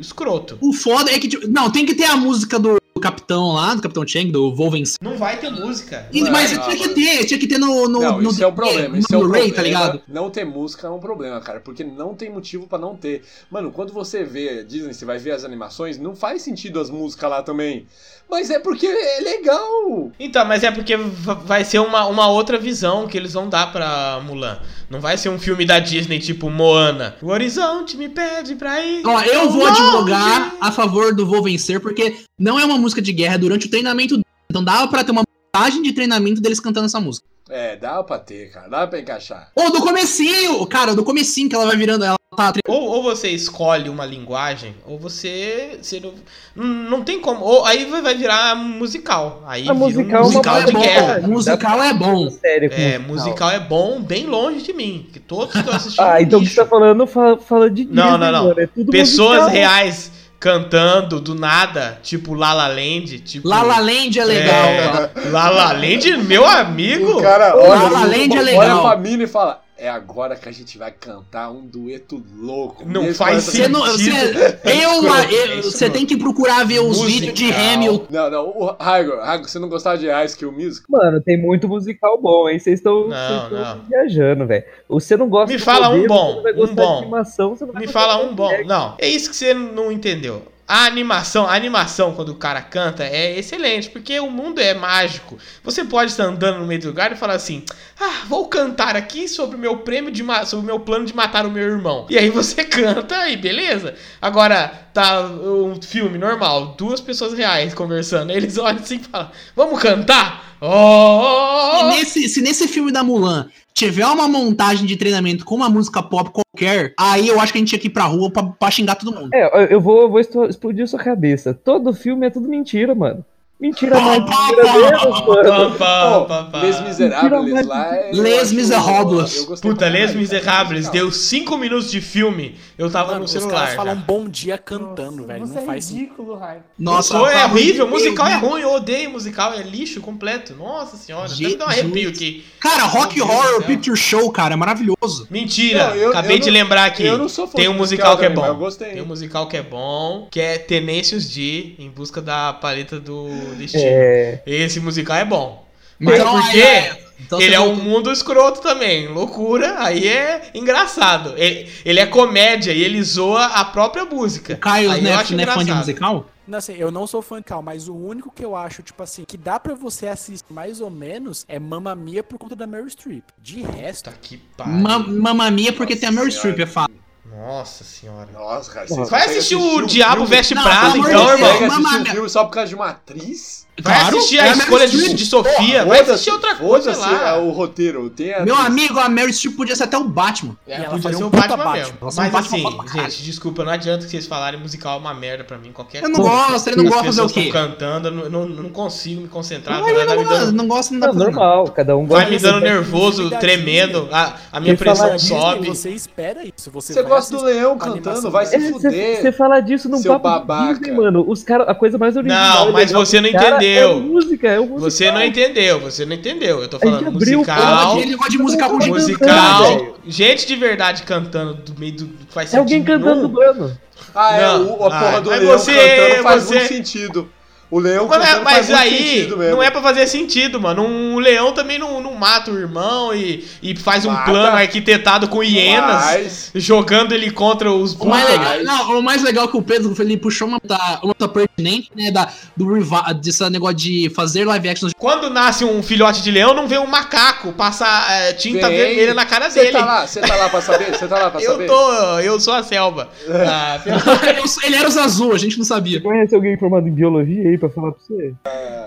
A: escroto.
B: O foda é que. tipo, Não, tem que ter a música do do capitão lá, do capitão Chang, do Vou Vencer.
A: Não vai ter música.
B: E-
C: Não, é,
B: Mas
C: não,
B: tinha que
C: não.
B: ter, tinha que ter no. no
C: Não,
B: no
C: isso é o problema. Isso é o
B: no Blu-ray,
C: problema.
B: tá ligado?
C: Não ter música é um problema, cara, porque não tem motivo pra não ter. Mano, quando você vê Disney, você vai ver as animações, não faz sentido as músicas lá também. Mas é porque é legal.
A: Então, mas é porque va- vai ser uma, uma outra visão que eles vão dar pra Mulan. Não vai ser um filme da Disney tipo Moana. O horizonte me pede pra ir.
B: Ó, eu vou
A: Longe.
B: advogar a favor do Vou Vencer, porque não é uma música de guerra é durante o treinamento dele. Então dava pra ter uma montagem de treinamento deles cantando essa música.
C: É, dá pra ter, cara. Dá pra encaixar.
B: Ou do comecinho, cara, do comecinho que ela vai virando, ela tá tre-
A: Ou, ou você escolhe uma linguagem, ou você. você não, não- não tem como. Ou aí vai vai virar musical. Aí vira
F: A
A: um
F: musical,
B: musical
F: é
B: é
A: de
B: bom,
A: guerra.
B: musical é bom.
F: Sério, com
A: É, musical é bom, bem longe de mim. Que todos que eu assisti. é
F: Ah,
A: um
F: então o que
A: lixo.
F: você tá falando fala, fala de
A: Não, não, não.
F: mano, é tudo
A: Pessoas
F: musical.
A: reais cantando do nada, tipo Lala Land, tipo.
B: La La Land é legal, cara.
A: Lala Land, meu amigo.
C: cara
B: Lala Land é legal.
C: Olha pra mina e fala: É agora que a gente vai cantar um dueto louco.
A: Não
C: mesmo
A: faz
C: com
B: Você
C: essa-
B: não, você,
A: É
B: eu,
A: escroto,
B: eu-
A: é
B: você
A: escroto.
B: tem que procurar ver os
A: Musical.
B: vídeos de Hamilton.
C: Não, não. O Raigo, Raigo, você não gostava de High School Music?
F: Mano, tem muito musical bom, hein? Vocês estão
A: Não,
F: vocês estão
A: não.
F: viajando, velho. Você não gosta
A: Me fala um
F: modelo,
A: bom,
F: você não vai
A: um
F: gostar
A: bom.
F: de animação, você não vai
A: Me
F: gostar
A: fala
F: de
A: um bom.
F: moleque.
A: Não, é isso que você não entendeu. A animação, a animação quando o cara canta é excelente, porque o mundo é mágico. Você pode estar andando no meio do lugar e falar assim: "Ah, vou cantar aqui sobre o meu prêmio de ma- sobre o meu plano de matar o meu irmão". E aí você canta e beleza. Agora tá um filme normal, duas pessoas reais conversando, eles olham assim e falam: "Vamos cantar?". Oh,
B: Se
A: oh, oh, oh.
B: nesse, se nesse filme da Mulan tiver uma montagem de treinamento com uma música pop qualquer, aí eu acho que a gente tinha que ir pra rua pra, pra xingar todo mundo.
F: É, eu- eu vou, eu vou esto- explodir sua cabeça. Todo filme é tudo mentira, mano. Mentira mais, mentira menos, mano.
A: Pá, pá,
C: Pô,
A: pá, pá.
C: Les Miserables
F: Tira
C: lá. é-
B: Les
C: eu acho-
B: Miserables.
C: eu gostei
A: Puta,
C: pra
A: Les
C: caralho, cara,
A: Miserables,
C: musical.
A: deu 5 minutos de filme, eu tava
E: Mano,
A: no
E: os
A: celular.
E: caras falam
A: já.
E: bom dia cantando,
I: Nossa,
E: velho.
I: Você
E: Não
I: é
E: faz sentido.
I: ridículo, Raio.
B: Nossa, tá
A: Pô, é
B: pelo amor de
A: horrível,
B: Deus,
A: musical é
B: né?
A: ruim, eu odeio musical, é lixo completo. Nossa senhora, até me dá um
B: Jesus.
A: arrepio aqui.
B: Cara, Rock
A: Meu Deus do
B: Horror
A: céu.
B: Picture Show, cara, é maravilhoso.
A: Mentira,
C: Não, eu-
A: acabei
C: eu
A: de
C: não-
A: lembrar aqui.
C: Eu não sou fã
A: Tem
C: de
A: um musical que é
C: também, mas Eu
A: bom.
C: gostei.
A: Tem um musical que é bom, que é Tenacious D, em busca da paleta do destino.
F: É,
A: Esse musical é bom. Mas
B: Então,
A: por
B: aí,
A: quê?
B: é. Então
A: ele
B: você
A: é um
B: vai-
A: mundo escroto também, loucura, aí é engraçado. Ele, ele é comédia e ele zoa a própria música.
B: Caio
A: aí eu
B: né,
A: acho
B: não é fã de
A: engraçado.
B: musical?
E: Não, assim, eu não sou fã de Cal, mas o único que eu acho, tipo assim, que dá pra você assistir mais ou menos é Mamma Mia por conta da Meryl Streep. De resto.
A: aqui
B: Ma mamamia porque tem a Meryl Streep, é fato.
A: Nossa senhora.
C: Nossa, cara.
A: Vai
C: vocês conseguem
A: assistir o
C: filme?
A: Diabo Veste
C: Não,
A: Prada,
C: pelo amor
A: então,
C: de Deus,
A: irmão.
C: consegue assistir
A: Mamma
C: um filme só por causa de uma atriz?
A: Vai assistir a
C: É Meryl
A: escolha de-
C: Streep.
A: de Sofia,
C: Porra,
A: É, vai
C: foda-se,
A: assistir outra coisa,
C: foda-se
A: sei lá.
C: a- O roteiro, tem a
B: Meu
C: atriz.
B: amigo, a Meryl Streep podia ser até o Batman.
A: É,
B: Ela
A: podia
B: faria
A: ser
B: um
A: o
B: puta
A: Batman,
B: Batman.
A: mesmo.
B: Ela
A: Mas
B: seria um Batman
A: assim,
B: foda pra caralho.
A: gente, desculpa, não adianta que vocês falarem musical é uma merda pra mim. Qualquer
B: Eu não gosto, ele não
A: As
B: gosta, fazer o
A: pessoas
B: quê?
A: tão né, cantando, eu não, não, não consigo me concentrar.
B: Não,
A: vai
B: ele
A: vai
B: não
A: me
B: gosta,
A: dando-
B: não gosta, não dá pra fazer
F: normal, cada um
A: vai
F: gosta
A: me
F: de-
A: dando nervoso, tremendo, a, a minha
F: Quem fala
A: pressão
F: Disney,
A: sobe.
E: Você espera isso. Você,
C: Você
E: vai
C: gosta do
E: assistir
C: leão
E: a
C: cantando,
E: animação
C: vai se
E: dela.
C: fuder.
F: Você É, fala disso num
C: Seu
F: papo de
C: babaca.
F: Disney, mano. Os cara, a coisa mais original.
A: Não,
F: e
A: mas
F: legal
A: você não
F: do cara
A: entendeu.
F: É música, é o musical.
A: Você não entendeu, você não entendeu. Eu tô falando
F: abriu o
A: musical.
B: Ele gosta de música com gente.
A: Musical. Gente de verdade cantando do meio do. do- Faz
F: É alguém
A: sentido nenhum.
F: cantando dublando.
C: Ah, é,
A: Não.
C: o, a porra
A: Ah,
C: do
A: mas
C: leão
A: você-
C: cantando faz
A: você-
C: muito sentido. O leão
A: Mas,
C: cantando
A: mas
C: um faz muito
A: aí
C: sentido mesmo.
A: não é pra fazer sentido, mano. Um leão também não, não mata o irmão e, e faz um
C: Mata.
A: plano arquitetado com hienas,
C: Mas-
A: jogando ele contra os
B: O mais,
A: búfalos.
B: legal, não, o mais legal é que o Pedro ele puxou uma da, uma da pertinente, né? Da, do rival, desse negócio de fazer live action.
A: Quando nasce um filhote de leão, não vem um macaco passar eh, tinta
C: Vem.
A: vermelha na cara
C: Você
A: dele.
C: tá lá, você tá lá pra saber? Você tá lá pra
A: eu
C: saber?
A: tô. Eu sou a selva. Ah, pelo,
B: Eu sou- ele era os azul, a gente não sabia.
F: Conhece alguém formado em biologia aí pra falar pra você?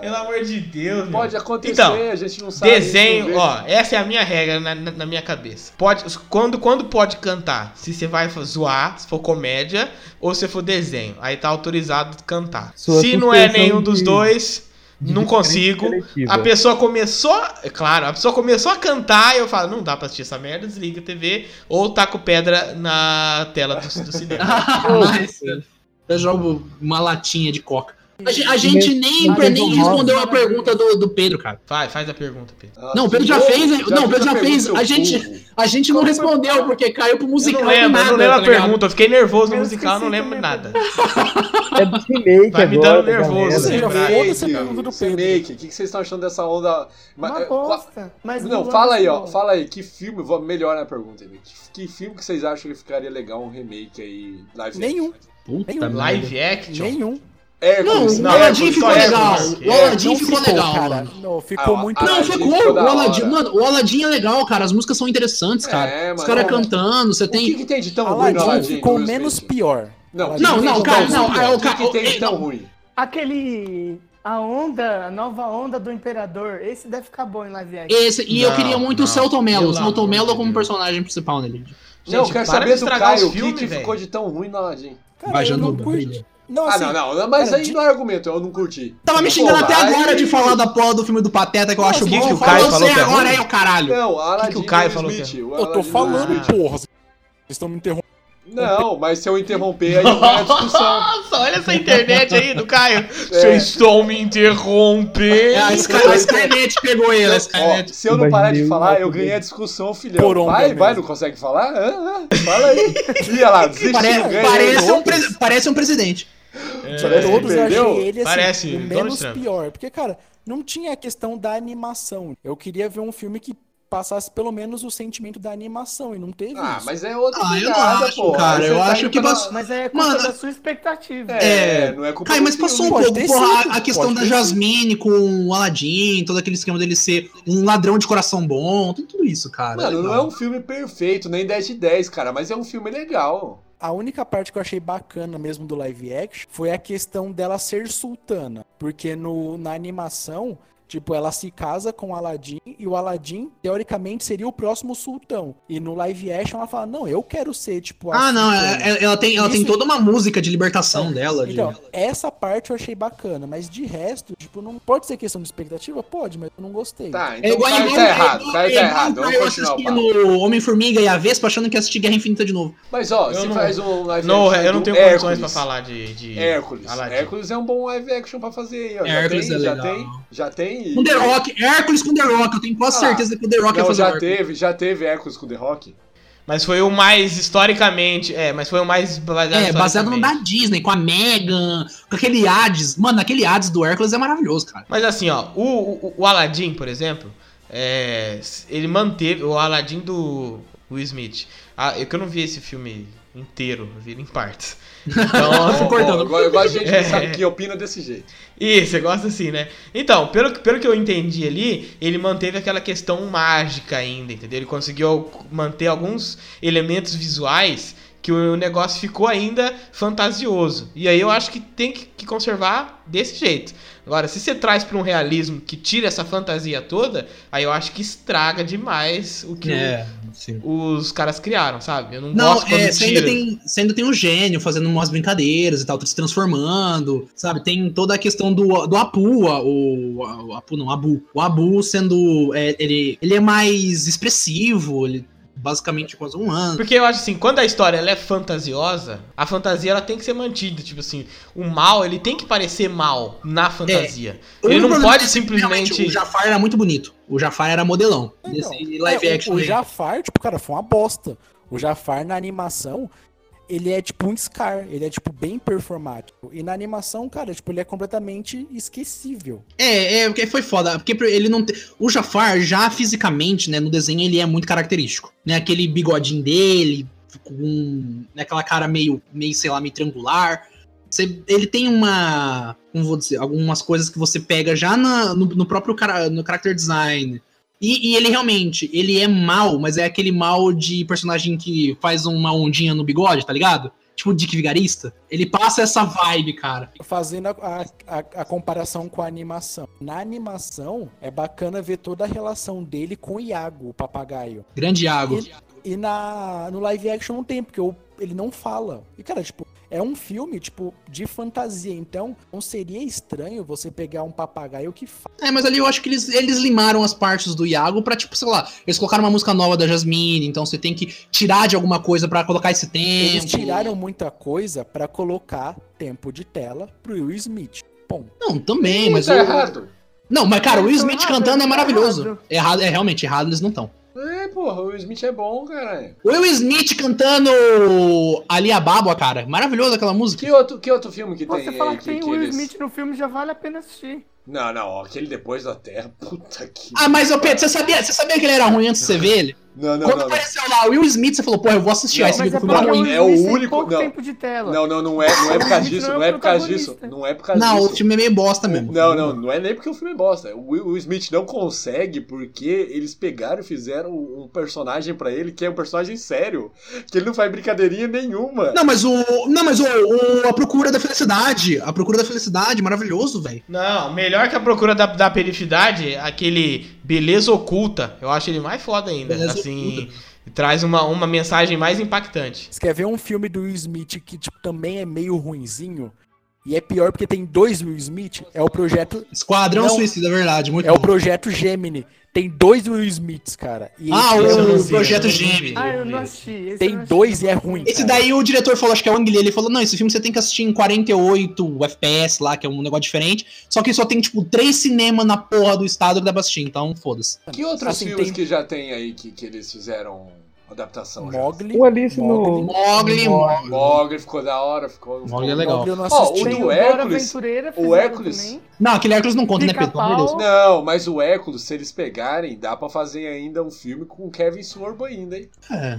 A: pelo amor de Deus, meu.
C: Pode acontecer,
A: Então,
C: a gente não sabe. a
B: né?
C: gente
A: Desenho,
C: não vê.
A: ó, essa é a minha regra na, na- na minha cabeça. Pode, quando, quando pode cantar? Se você vai zoar, se for comédia, ou se for desenho. Aí tá autorizado cantar.
F: Sua
A: se não é
F: suspensão
A: nenhum dos
F: de-
A: dois,
F: de
A: não
F: diferença é
A: consigo.
F: seletiva.
A: A pessoa começou, é claro, a pessoa começou a cantar e eu falo, não dá pra assistir essa merda, desliga a TV, ou taco pedra na tela do, do cinema.
B: Eu jogo uma latinha de coca. A, ge- a gente nem,
F: Mas-
B: nem
F: mas-
B: respondeu a pergunta do, do Pedro, cara.
A: Vai, faz a pergunta, Pedro.
C: Ah,
B: Não, o Pedro
C: de
B: já
C: novo?
B: fez, né? Não, o Pedro
C: fiz
B: já
C: a
B: fez.
C: pergunta,
B: A
C: seu
B: gente,
C: burro.
B: a gente não respondeu porque caiu pro
A: Eu
B: musical.
A: não lembro,
B: nada,
A: eu não lembro
B: tá
A: a
B: ligado?
A: pergunta, eu fiquei nervoso no
I: Eu
A: musical, eu não lembro
I: esqueci
B: né,
I: também,
A: nada.
F: É do remake
A: Vai me
F: agora,
A: dando nervoso,
E: Ou
F: galera.
E: seja,
C: Remake,
E: foda-se a pergunta do Pedro.
C: Remake, o que que vocês estão achando dessa onda? Ma-
I: Uma
C: eh, fa-
I: bosta. Mas
C: Não,
I: Mulan
C: fala aí,
I: é
C: ó.
I: bom.
C: Fala aí, que filme. vou- Melhor na pergunta, aí, que, que filme que vocês acham que ficaria legal um remake aí? Live
E: Nenhum.
C: action?
B: Puta
E: Nenhum.
B: merda.
A: Live action.
E: Nenhum.
B: Não,
C: Hércules,
B: o
A: Não,
B: Aladdin
A: é,
B: ficou
A: só é,
B: legal.
A: porque-
B: O Aladdin
E: Não
B: ficou legal, né?
E: cara.
B: mano.
E: Não, ficou
C: Ah,
E: muito.
C: ah,
B: Não,
C: Aladdin
B: ficou.
C: ficou
B: O
C: da
B: Aladdin,
C: hora.
B: mano, o Aladdin é legal, cara. As músicas são interessantes,
C: É,
B: cara.
C: mano.
B: Os caras
C: Não,
B: cantando, você
C: O que,
B: tem.
C: que tem de tão ruim no
E: Aladdin
C: Aladdin?
E: ficou
C: Will
E: menos
C: Smith?
E: pior.
C: Não,
E: Não,
C: o que
E: não,
C: que
E: cara,
C: tem de tão
E: não,
C: ruim?
B: é o
C: O que,
B: cara-
C: que tem de
B: é,
C: tão
B: não.
C: ruim?
I: Aquele. A onda, a nova onda do Imperador. Esse deve ficar bom em live action.
B: Esse, e eu
A: Não,
B: queria muito o
A: não.
B: Celton Mello.
A: Pelo
B: O Celton
A: amor de
B: Mello como
A: Deus.
B: personagem principal nele.
A: Gente,
C: não, eu quero
A: para de
C: saber do
A: estragar os
C: Caio, o que,
A: filmes,
C: que
A: velho.
C: ficou de tão ruim no Aladdin?
E: Cara,
B: Vai,
E: eu não
B: Janu,
E: curti.
B: brilha.
E: Não,
C: Ah,
E: assim,
C: não, não, mas
E: cara,
C: aí
E: de-
C: não é argumento, eu não curti.
B: Tava me
C: Pô,
B: xingando até
C: vai-
B: agora de falar da porra do filme do Pateta que eu
E: assim,
B: acho
A: que
B: bom.
A: que o
B: Fala
A: Caio falou
B: você
A: que é
B: agora
A: ruim?
B: aí, o caralho.
C: Não, Aladdin
A: que o Caio
C: Will
A: falou que é?
C: Smith, o
E: Eu tô
C: Aladdin-
E: falando,
A: Ah.
E: porra. assim, Vocês estão me interrompendo.
C: Não, mas se eu interromper, aí não é discussão.
A: Nossa, olha essa internet aí do Caio.
C: É.
A: Vocês estão me
B: É, a
A: interrompendo.
B: Sky- a Skynet pegou ele, a
C: Ó,
B: Skynet.
C: se eu não parar de
F: Valeu,
C: falar, eu
F: valeu.
C: ganhei a discussão, filhão.
E: Por onda
C: vai, vai,
E: mesmo.
C: não consegue falar? Hã? Hã? Fala aí. Ih, olha lá, desistiu,
B: Pare-
C: ganhei.
B: parece, um pre- parece um presidente.
A: É.
C: Parece que
E: Todos eu
C: perdeu.
E: achei ele assim,
A: Parece
E: o
A: Donald
E: menos
A: Trump.
E: pior. Porque, cara, não tinha a questão da animação. Eu queria ver um filme que passasse pelo menos o sentimento da animação e não teve
C: Ah,
E: isso.
C: mas é outra
B: Ah, eu não
C: pegada,
B: acho,
C: pô. Aí
B: cara,
C: você
B: eu
C: tá
B: acho
C: indo
B: que
C: pra-
B: passou-
I: Mas é culpa
B: Mano,
I: da sua expectativa.
C: É, não é culpa
B: Caio,
C: do
B: mas
C: filme.
B: passou um
E: Pode
B: pouco,
E: ter
B: porra,
E: sido,
B: a questão
E: pode
B: da
E: ter sido.
B: Jasmine com o Aladdin, todo aquele esquema dele ser um ladrão de coração bom, tem tudo isso, cara.
C: Mano, não é
B: legal.
C: um filme perfeito, nem 10 de 10, cara, mas é um filme legal.
E: A única parte que eu achei bacana mesmo do live action foi a questão dela ser sultana. Porque no, na animação, tipo, ela se casa com o Aladdin e o Aladdin, teoricamente, seria o próximo sultão. E no live action ela fala, não, eu quero ser, tipo, a
B: Ah, não,
E: sultana."
B: é- é- ela tem, ela tem
E: Isso-
B: toda uma música de libertação dela. de-
E: Então, essa parte eu achei bacana, mas de resto, tipo, não pode ser questão de expectativa? Pode, mas eu não gostei.
C: Tá,
B: É
C: então o
B: igual,
C: Caio
B: igual-
C: tá errado,
B: igual-
C: o Caio tá
B: igual
C: errado,
B: eu
C: vamos continuar o papo.
B: assistindo Homem-Formiga e a Vespa achando que ia assistir Guerra Infinita de novo.
C: Mas ó,
A: Eu
C: se
A: não-
C: faz um live
A: Não,
B: né?
C: action
A: eu não
C: do
B: É,
A: tenho
C: Hércules,
A: condições pra falar de, de
C: Hércules.
A: Aladdin.
C: Hércules é um bom live action pra fazer aí, ó. Já
B: Hércules
C: tem,
B: é
C: já
B: legal.
C: tem, já tem.
B: Com The Rock, Hércules com The Rock, eu tenho quase
C: Ah,
B: certeza que o The Rock ia
C: Não,
B: fazer
C: já
B: Hércules.
C: teve, já teve Hércules com The Rock.
A: Mas foi o mais historicamente. É, mas foi o mais baseado.
B: É, baseado no da
A: historicamente.
B: Disney, com a Megan, com aquele Hades. Mano, aquele Hades do Hércules é maravilhoso, cara.
A: Mas assim, ó, o, o, o Aladdin, por exemplo, é, ele manteve. O Aladdin do Will Smith. Ah, eu que eu não vi esse filme inteiro, vira em partes. Então,
C: Ó, ó, igual- igual a gente que
A: É.
C: sabe que opina desse jeito.
A: Isso, você gosta assim, né? Então, pelo, que- pelo que eu entendi ali, ele manteve aquela questão mágica ainda, entendeu? Ele conseguiu manter alguns elementos visuais que o negócio ficou ainda fantasioso. E aí eu acho que tem que, que conservar desse jeito. Agora, se você traz pra um realismo que tira essa fantasia toda, aí eu acho que estraga demais o que
K: É, sim.
A: os caras criaram, sabe? Eu não,
K: Não,
A: gosto quando
K: é, você,
A: tira.
K: ainda tem, você ainda tem um gênio fazendo umas brincadeiras e tal, tá se transformando, sabe? Tem toda a questão do, do Apu, a- o, a- o Apu não, Abu. O Abu sendo. é, ele, ele é mais expressivo, ele basicamente é quase um ano.
A: Porque eu acho assim, quando a história ela é fantasiosa, a fantasia ela tem que ser mantida. Tipo assim, o mal ele tem que parecer mal na fantasia.
K: O
A: ele
K: único
A: não
K: problema
A: pode
K: é que, realmente,
A: simplesmente.
K: O Jafar era muito bonito. O Jafar era modelão. Esse live
E: É, o-
K: action.
E: O,
K: aí.
E: Jafar, tipo, cara, foi uma bosta. O Jafar na animação, ele é tipo um Scar, ele é tipo bem performático. E na animação, cara, tipo, ele é completamente esquecível.
K: É, é, porque foi foda, porque ele não tem... O Jafar, já fisicamente, né, no desenho ele é muito característico, né, aquele bigodinho dele, com né, aquela cara meio, meio, sei lá, meio triangular, Você- ele tem uma, como vou dizer, algumas coisas que você pega já na- no, no próprio cara, no character design, e, e ele realmente, ele é mal, mas é aquele mal de personagem que faz uma ondinha no bigode, tá ligado? Tipo o Dick Vigarista, ele passa essa vibe, cara.
E: Fazendo a, a- a- a comparação com a animação. Na animação, é bacana ver toda a relação dele com o Iago, o papagaio.
K: Grande Iago.
E: E, e na, no live action não tem, porque o- ele não fala. E, cara, tipo, é um filme, tipo, de fantasia. Então, não seria estranho você pegar um papagaio que fala.
K: É, mas ali eu acho que eles, eles limaram as partes do Iago pra, tipo, sei lá, eles colocaram uma música nova da Jasmine, então você tem que tirar de alguma coisa pra colocar esse tempo.
E: Eles tiraram muita coisa pra colocar tempo de tela pro Will Smith. Ponto.
K: Não, também, mas.
C: é
K: o- Não, mas cara, o Will Smith cantando é maravilhoso. Errado, é realmente errado, eles não estão.
C: É, porra, o Will Smith é bom, caralho.
K: O Will Smith cantando Ali a Baba, cara. Maravilhoso aquela música.
C: Que outro, que outro filme que
I: Você
C: tem
I: falar
C: aí
I: que
C: que,
I: tem
C: que
I: Will
C: eles...
I: Smith no filme já vale a pena assistir.
C: Não, não, ó, aquele Depois da Terra, puta que...
K: Ah, mas ô Pedro, você sabia, você sabia que ele era ruim antes de você ver ele?
C: Não, não,
K: Quando
C: não. não.
K: apareceu lá o Will Smith, você falou, pô, eu vou assistir
C: Não,
K: esse
C: mas
K: filme
C: é
K: filme
C: porque
K: ruim.
C: o Will É o Smith tem único- pouco não. tempo
I: de tela.
C: Não, não, não é, não é por causa disso, não é por causa disso,
I: protagonista.
C: não é por causa
K: Não,
C: disso.
K: o filme é meio bosta mesmo.
C: Não, não, não é nem porque o filme é bosta. O Will Will Smith não consegue porque eles pegaram e fizeram um personagem pra ele que é um personagem sério, que ele não faz brincadeirinha nenhuma.
K: Não, mas o. Não, mas o, o- A Procura da Felicidade. A Procura da Felicidade, maravilhoso, velho.
A: Não, melhor que a procura da, da perificidade, aquele beleza oculta. Eu acho ele mais foda ainda.
E: Beleza
A: assim, traz uma, uma mensagem mais impactante.
E: Você quer ver um filme do Will Smith que tipo, também é meio ruinzinho? E é pior porque tem dois Will Smith? É o projeto.
K: Esquadrão
E: Não,
K: Suicida, é verdade, muito
E: É
K: bom.
E: o projeto Gemini. Tem dois Will Smiths, cara. E
K: Ah,
E: esse é
K: o,
E: ruinzinho.
K: Projeto Gêmeo.
I: Ah, eu não assisti. Esse eu não
E: Tem
I: assisti.
E: dois e é ruim.
K: Esse daí o diretor falou, acho que é o Ang Lee, ele falou, não, esse filme você tem que assistir em 48 FPS lá, que é um negócio diferente, só que só tem, tipo, três cinemas na porra do estado que dá pra assistir, então foda-se.
C: Que outros
E: Assim,
C: filmes
E: tem-
C: que já tem aí que, que eles fizeram adaptação? já?
E: Mogli.
F: O Alice no.
K: Mogli,
C: Mogli. Mogli ficou da hora, ficou.
K: Mogli é
C: ficou-
K: legal.
E: Mogli eu não
C: Ó,
E: assisti.
C: o
I: Tem
C: do
I: Dora
C: Hércules.
I: Aventureira,
C: O
I: fizeram
C: Hércules.
I: também.
K: Não, aquele Hércules não conta, né, Pedro? Pelo amor de Deus.
I: Pica-pau.
C: Não, mas o Hércules, se eles pegarem, dá pra fazer ainda um filme com o Kevin Sorbo ainda, hein?
K: É.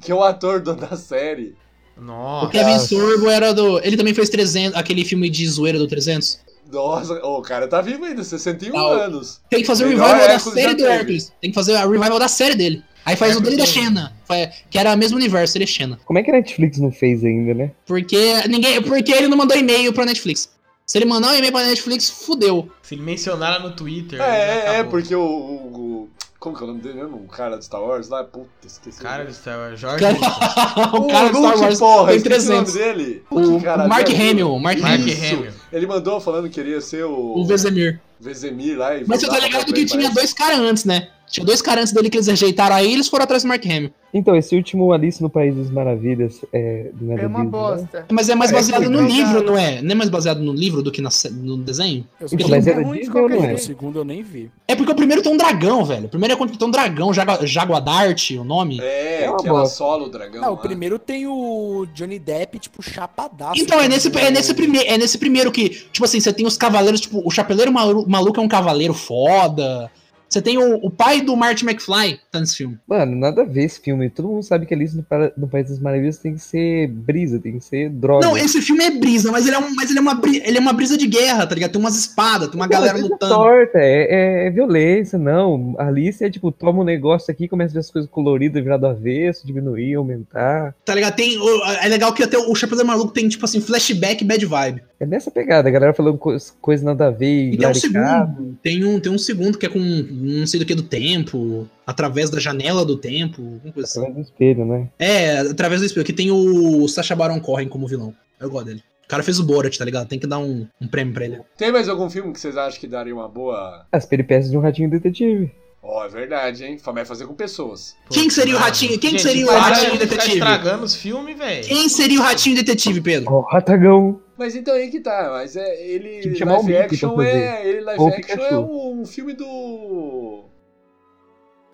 C: Que é o ator do- da série.
A: Nossa.
K: O Kevin Sorbo era do... Ele também fez 300, aquele filme de zoeira do 300.
C: Nossa, ô, o cara tá vivo ainda, 61
K: Tá, o-
C: anos.
K: Tem que fazer o
C: Melhor
K: revival da
C: Hércules já
K: série do
C: teve.
K: Hércules. Tem que fazer a revival da série dele. Aí faz o dele da Xena, fa- que era o mesmo universo, ele é Xena.
F: Como é que a Netflix não fez ainda, né?
K: Porque ninguém, porque ele não mandou e-mail pra Netflix. Se ele mandar um e-mail pra Netflix, fudeu.
A: Se ele mencionar lá no Twitter. né,
C: É, é, é,
A: acabou.
C: porque o, o- o- Como que é o nome dele mesmo? O cara do Star Wars lá? Puta, esqueci.
A: Cara,
C: do
A: do céu, é Jorge.
K: Cara- o cara do Star Wars
C: porra,
K: tem
C: esqueci
K: 300.
C: o nome dele.
K: O
C: Que caralho,
K: Mark
C: é aquilo?
K: Hamill, Mark
A: Mark
K: Hamill.
C: Isso.
A: Hamill.
C: Ele mandou falando que queria ser o,
K: O Vesemir.
C: Vezemir lá. E
K: Mas você
C: voltar
K: tá
C: pra
K: ligado
C: Bob
K: que
C: Esponja.
K: tinha dois caras antes, né? Tinha dois caras antes dele que eles rejeitaram aí eles foram atrás do Mark Hamill.
F: Então, esse último Alice no País das Maravilhas é. do
I: É uma bosta.
K: Mas é mais
F: É,
K: baseado
F: é
K: no
I: verdade.
K: livro, não é? Não é mais baseado no livro do que na sé- no desenho?
E: Eu só
F: Então,
E: vi
F: mas
E: um
F: é
E: que
F: da
I: ruim de
F: Disney ou não
I: qualquer
F: é?
E: O segundo eu nem vi.
K: É porque o primeiro tem um dragão, velho. O primeiro é quando tem um dragão, Jagu Jaguadarte, o nome.
C: É,
F: É uma
C: que ela
F: bosta.
C: sola o dragão.
E: Não, o
C: lá.
E: primeiro tem o Johnny Depp, tipo, chapadaço.
K: Então, é nesse, é, nesse prime é nesse primeiro que, tipo assim, você tem os cavaleiros, tipo, o Chapeleiro Malu- Maluco é um cavaleiro foda. Você tem o, o pai do Marty McFly tá nesse filme.
F: Mano, nada a ver esse filme. Todo mundo sabe que Alice no, Para- no País das Maravilhas tem que ser brisa, tem que ser droga.
K: Não, esse filme é brisa, mas ele é, um, mas ele é, uma, bri- ele é uma brisa de guerra, tá ligado? Tem umas espadas, tem uma galera
F: coisa
K: lutando.
F: é torta, é, é- é violência, não. A Alice é tipo, toma um negócio aqui, começa a ver as coisas coloridas, virar do avesso, diminuir, aumentar.
K: Tá ligado? Tem, o- é legal que até o Chapéu do Maluco tem, tipo assim, flashback bad vibe.
F: É nessa pegada, a galera falando coisas coisa nada a ver.
K: E tem um
F: laricado.
K: segundo. Tem um, tem um segundo que é com não sei do que do tempo, através da janela do tempo, alguma coisa assim.
F: Através do espelho, né?
K: É, através do espelho. Que tem o Sacha Baron Cohen como vilão. Eu gosto dele. O cara fez o Borat, tá ligado? Tem que dar um, um prêmio pra ele.
C: Tem mais algum filme que vocês acham que daria uma boa.
F: As peripécias de um ratinho detetive.
C: Ó, é verdade, hein? Fa- Mas fazer com pessoas.
K: Quem que seria o ratinho? Quem que
C: Gente,
K: seria o
C: para
K: ratinho
C: de ficar
K: detetive?
C: estragando
A: os filmes, velho.
K: Quem seria o ratinho detetive, Pedro?
F: O ratagão.
C: Mas então aí que tá, mas é ele
F: Tinha que
C: live
F: chamar o Mickey pra
C: action
F: fazer.
C: é. Ele live
F: Ou o
C: action é
F: Pikachu.
C: o, o filme do.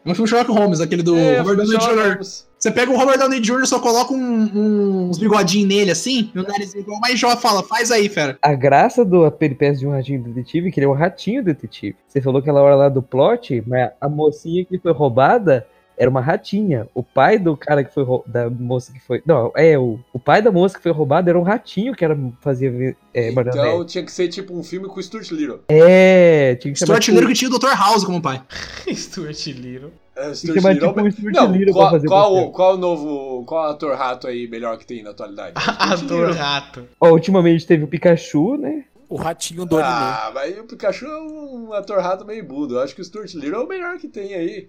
K: É um filme Sherlock Holmes, aquele do
C: É,
K: Robert Downey
C: Sherlock
K: Jr.
C: Holmes.
K: Você pega o Robert Downey Jr., só coloca um- um- uns bigodinhos nele assim, e o nariz igual, mas já fala, faz aí, fera.
F: A graça do A Peripécia de um Ratinho Detetive é que ele é um ratinho detetive. Você falou aquela hora lá do plot, mas a mocinha que foi roubada era uma ratinha. O pai do cara que foi rou- da moça que foi. Não, é, o, o pai da moça que foi roubada era um ratinho que era, fazia vi- é,
C: Então
F: marionete.
C: tinha que ser tipo um filme com o Stuart Little.
F: É, tinha que chamar.
K: Stuart Little que tinha o Dr. House como pai.
A: Stuart Little.
C: É, o
F: Tem que chamar, tipo, o Stuart
C: Não,
F: Little pra
C: qual,
F: fazer
C: qual,
F: papel.
C: o- qual o novo. Qual ator rato aí melhor que tem na atualidade?
K: Ah,
A: Ator rato.
F: Ó, ultimamente teve o Pikachu, né?
E: O ratinho do
C: Ah, mas o Pikachu é um ator rato meio budo. Eu acho que o Stuart Little é o melhor que tem aí.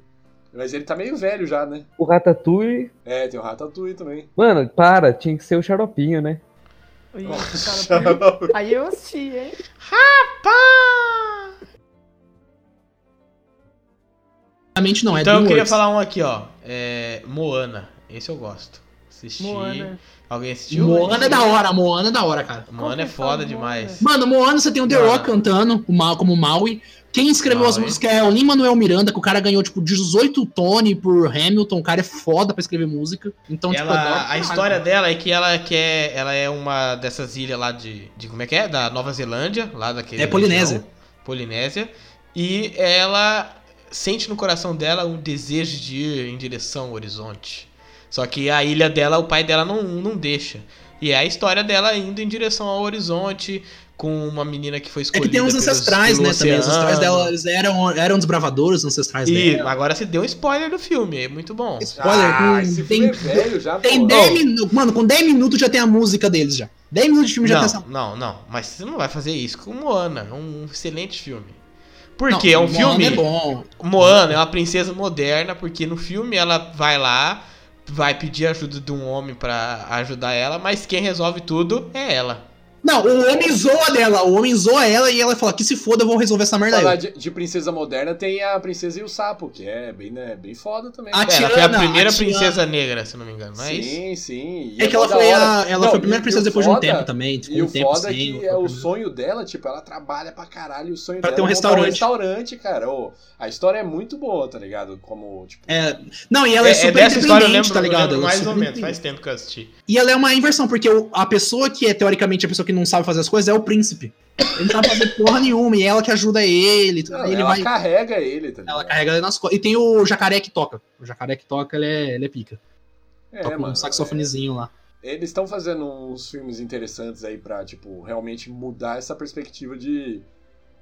C: Mas ele tá meio velho já, né?
F: O Ratatouille.
C: É, tem o Ratatouille também.
F: Mano, para, tinha que ser o xaropinho, né?
I: Ih,
C: Nossa.
I: cara, Aí eu assisti, hein?
K: Obviamente não, é
A: Então eu queria
K: DreamWorks.
A: falar um aqui, ó. É, Moana. Esse eu gosto. Assisti.
K: Moana.
A: Alguém assistiu?
K: Moana é da hora, Moana é da hora, cara.
A: Moana é foda demais.
K: Mano, Moana você tem o The Rock cantando o Ma- como Maui. Quem escreveu as
A: Maui.
K: músicas é o Lin-Manuel Miranda, que o cara ganhou, tipo, 18 Tony por Hamilton. O cara é foda pra escrever música. Então, tipo, eu adoro
A: Ela, a
K: caralho.
A: história dela é que ela quer, ela é uma dessas ilhas lá de, de como é que é, da Nova Zelândia, lá daquele.
K: É Polinésia.
A: região, Polinésia. E ela sente no coração dela um desejo de ir em direção ao horizonte. Só que a ilha dela, o pai dela não, não deixa. E é a história dela indo em direção ao horizonte com uma menina que foi
K: É
A: escolhida.
K: que tem uns
A: pelos-
K: ancestrais,
A: pelo
K: né, também. Os ancestrais
A: oceano.
K: dela eles eram, eram desbravadores, os ancestrais
A: E
K: dela.
A: agora se deu um spoiler do filme, é muito bom.
K: Spoiler,
C: Ah,
A: Ah,
K: com- tem, tem 10 minutos. Mano, com 10 minutos já tem a música deles já. 10 minutos de filme já
A: não,
K: tem essa
A: Não, não, mas você não vai fazer isso com Moana, é um excelente filme.
K: Não,
A: Porque é um
K: Moana
A: filme.
K: é bom.
A: Moana é uma princesa moderna, porque no filme ela vai lá, vai pedir ajuda de um homem pra ajudar ela, mas quem resolve tudo é ela.
K: Não, o homem zoa dela, o homem zoa ela e ela fala que se foda, eu vou resolver essa merda
C: Falar
K: aí.
C: de, de princesa moderna tem a princesa e o sapo, que é bem, né, bem foda também.
K: A
A: É, ela foi a
K: Tiana,
A: primeira
K: a Tiana.
A: princesa negra, se não me engano, não é isso?
C: Sim, sim. e
K: É que ela
C: mó da
K: foi a-
C: hora.
K: ela foi a primeira
C: e-
K: princesa
C: e o
K: depois de um tempo também, tipo,
C: e
K: um
C: o
K: tempo
C: foda
K: sem,
C: é que
K: foi a
C: é o
K: primeira.
C: sonho dela, tipo, ela trabalha pra caralho, e o sonho
K: Pra
C: dela
K: ter um
C: é montar restaurante,
K: restaurante.
C: cara. Ô, a história é muito boa, tá ligado? Como, tipo,
K: É, não, e ela é, super
A: dessa história eu
K: independente,
A: lembro,
K: tá
A: eu
K: ligado?
A: lembro
K: Ela é
A: mais
K: super
A: ou menos,
K: independente.
A: faz tempo que eu assisti.
K: E ela é uma inversão, porque o- a pessoa que é teoricamente a pessoa que não sabe fazer as coisas é o príncipe. Ele não sabe fazer porra nenhuma, e é ela que ajuda ele. tudo,
C: não, é
K: ele
C: ela
K: vai,
C: carrega ele, tá ligado?
K: ela carrega ele nas costas. E tem o jacaré que toca. O jacaré que toca, ele é, ele é pica.
C: É,
K: toca
C: mano,
K: um saxofonezinho lá.
C: Eles estão fazendo uns filmes interessantes aí pra, tipo, realmente mudar essa perspectiva de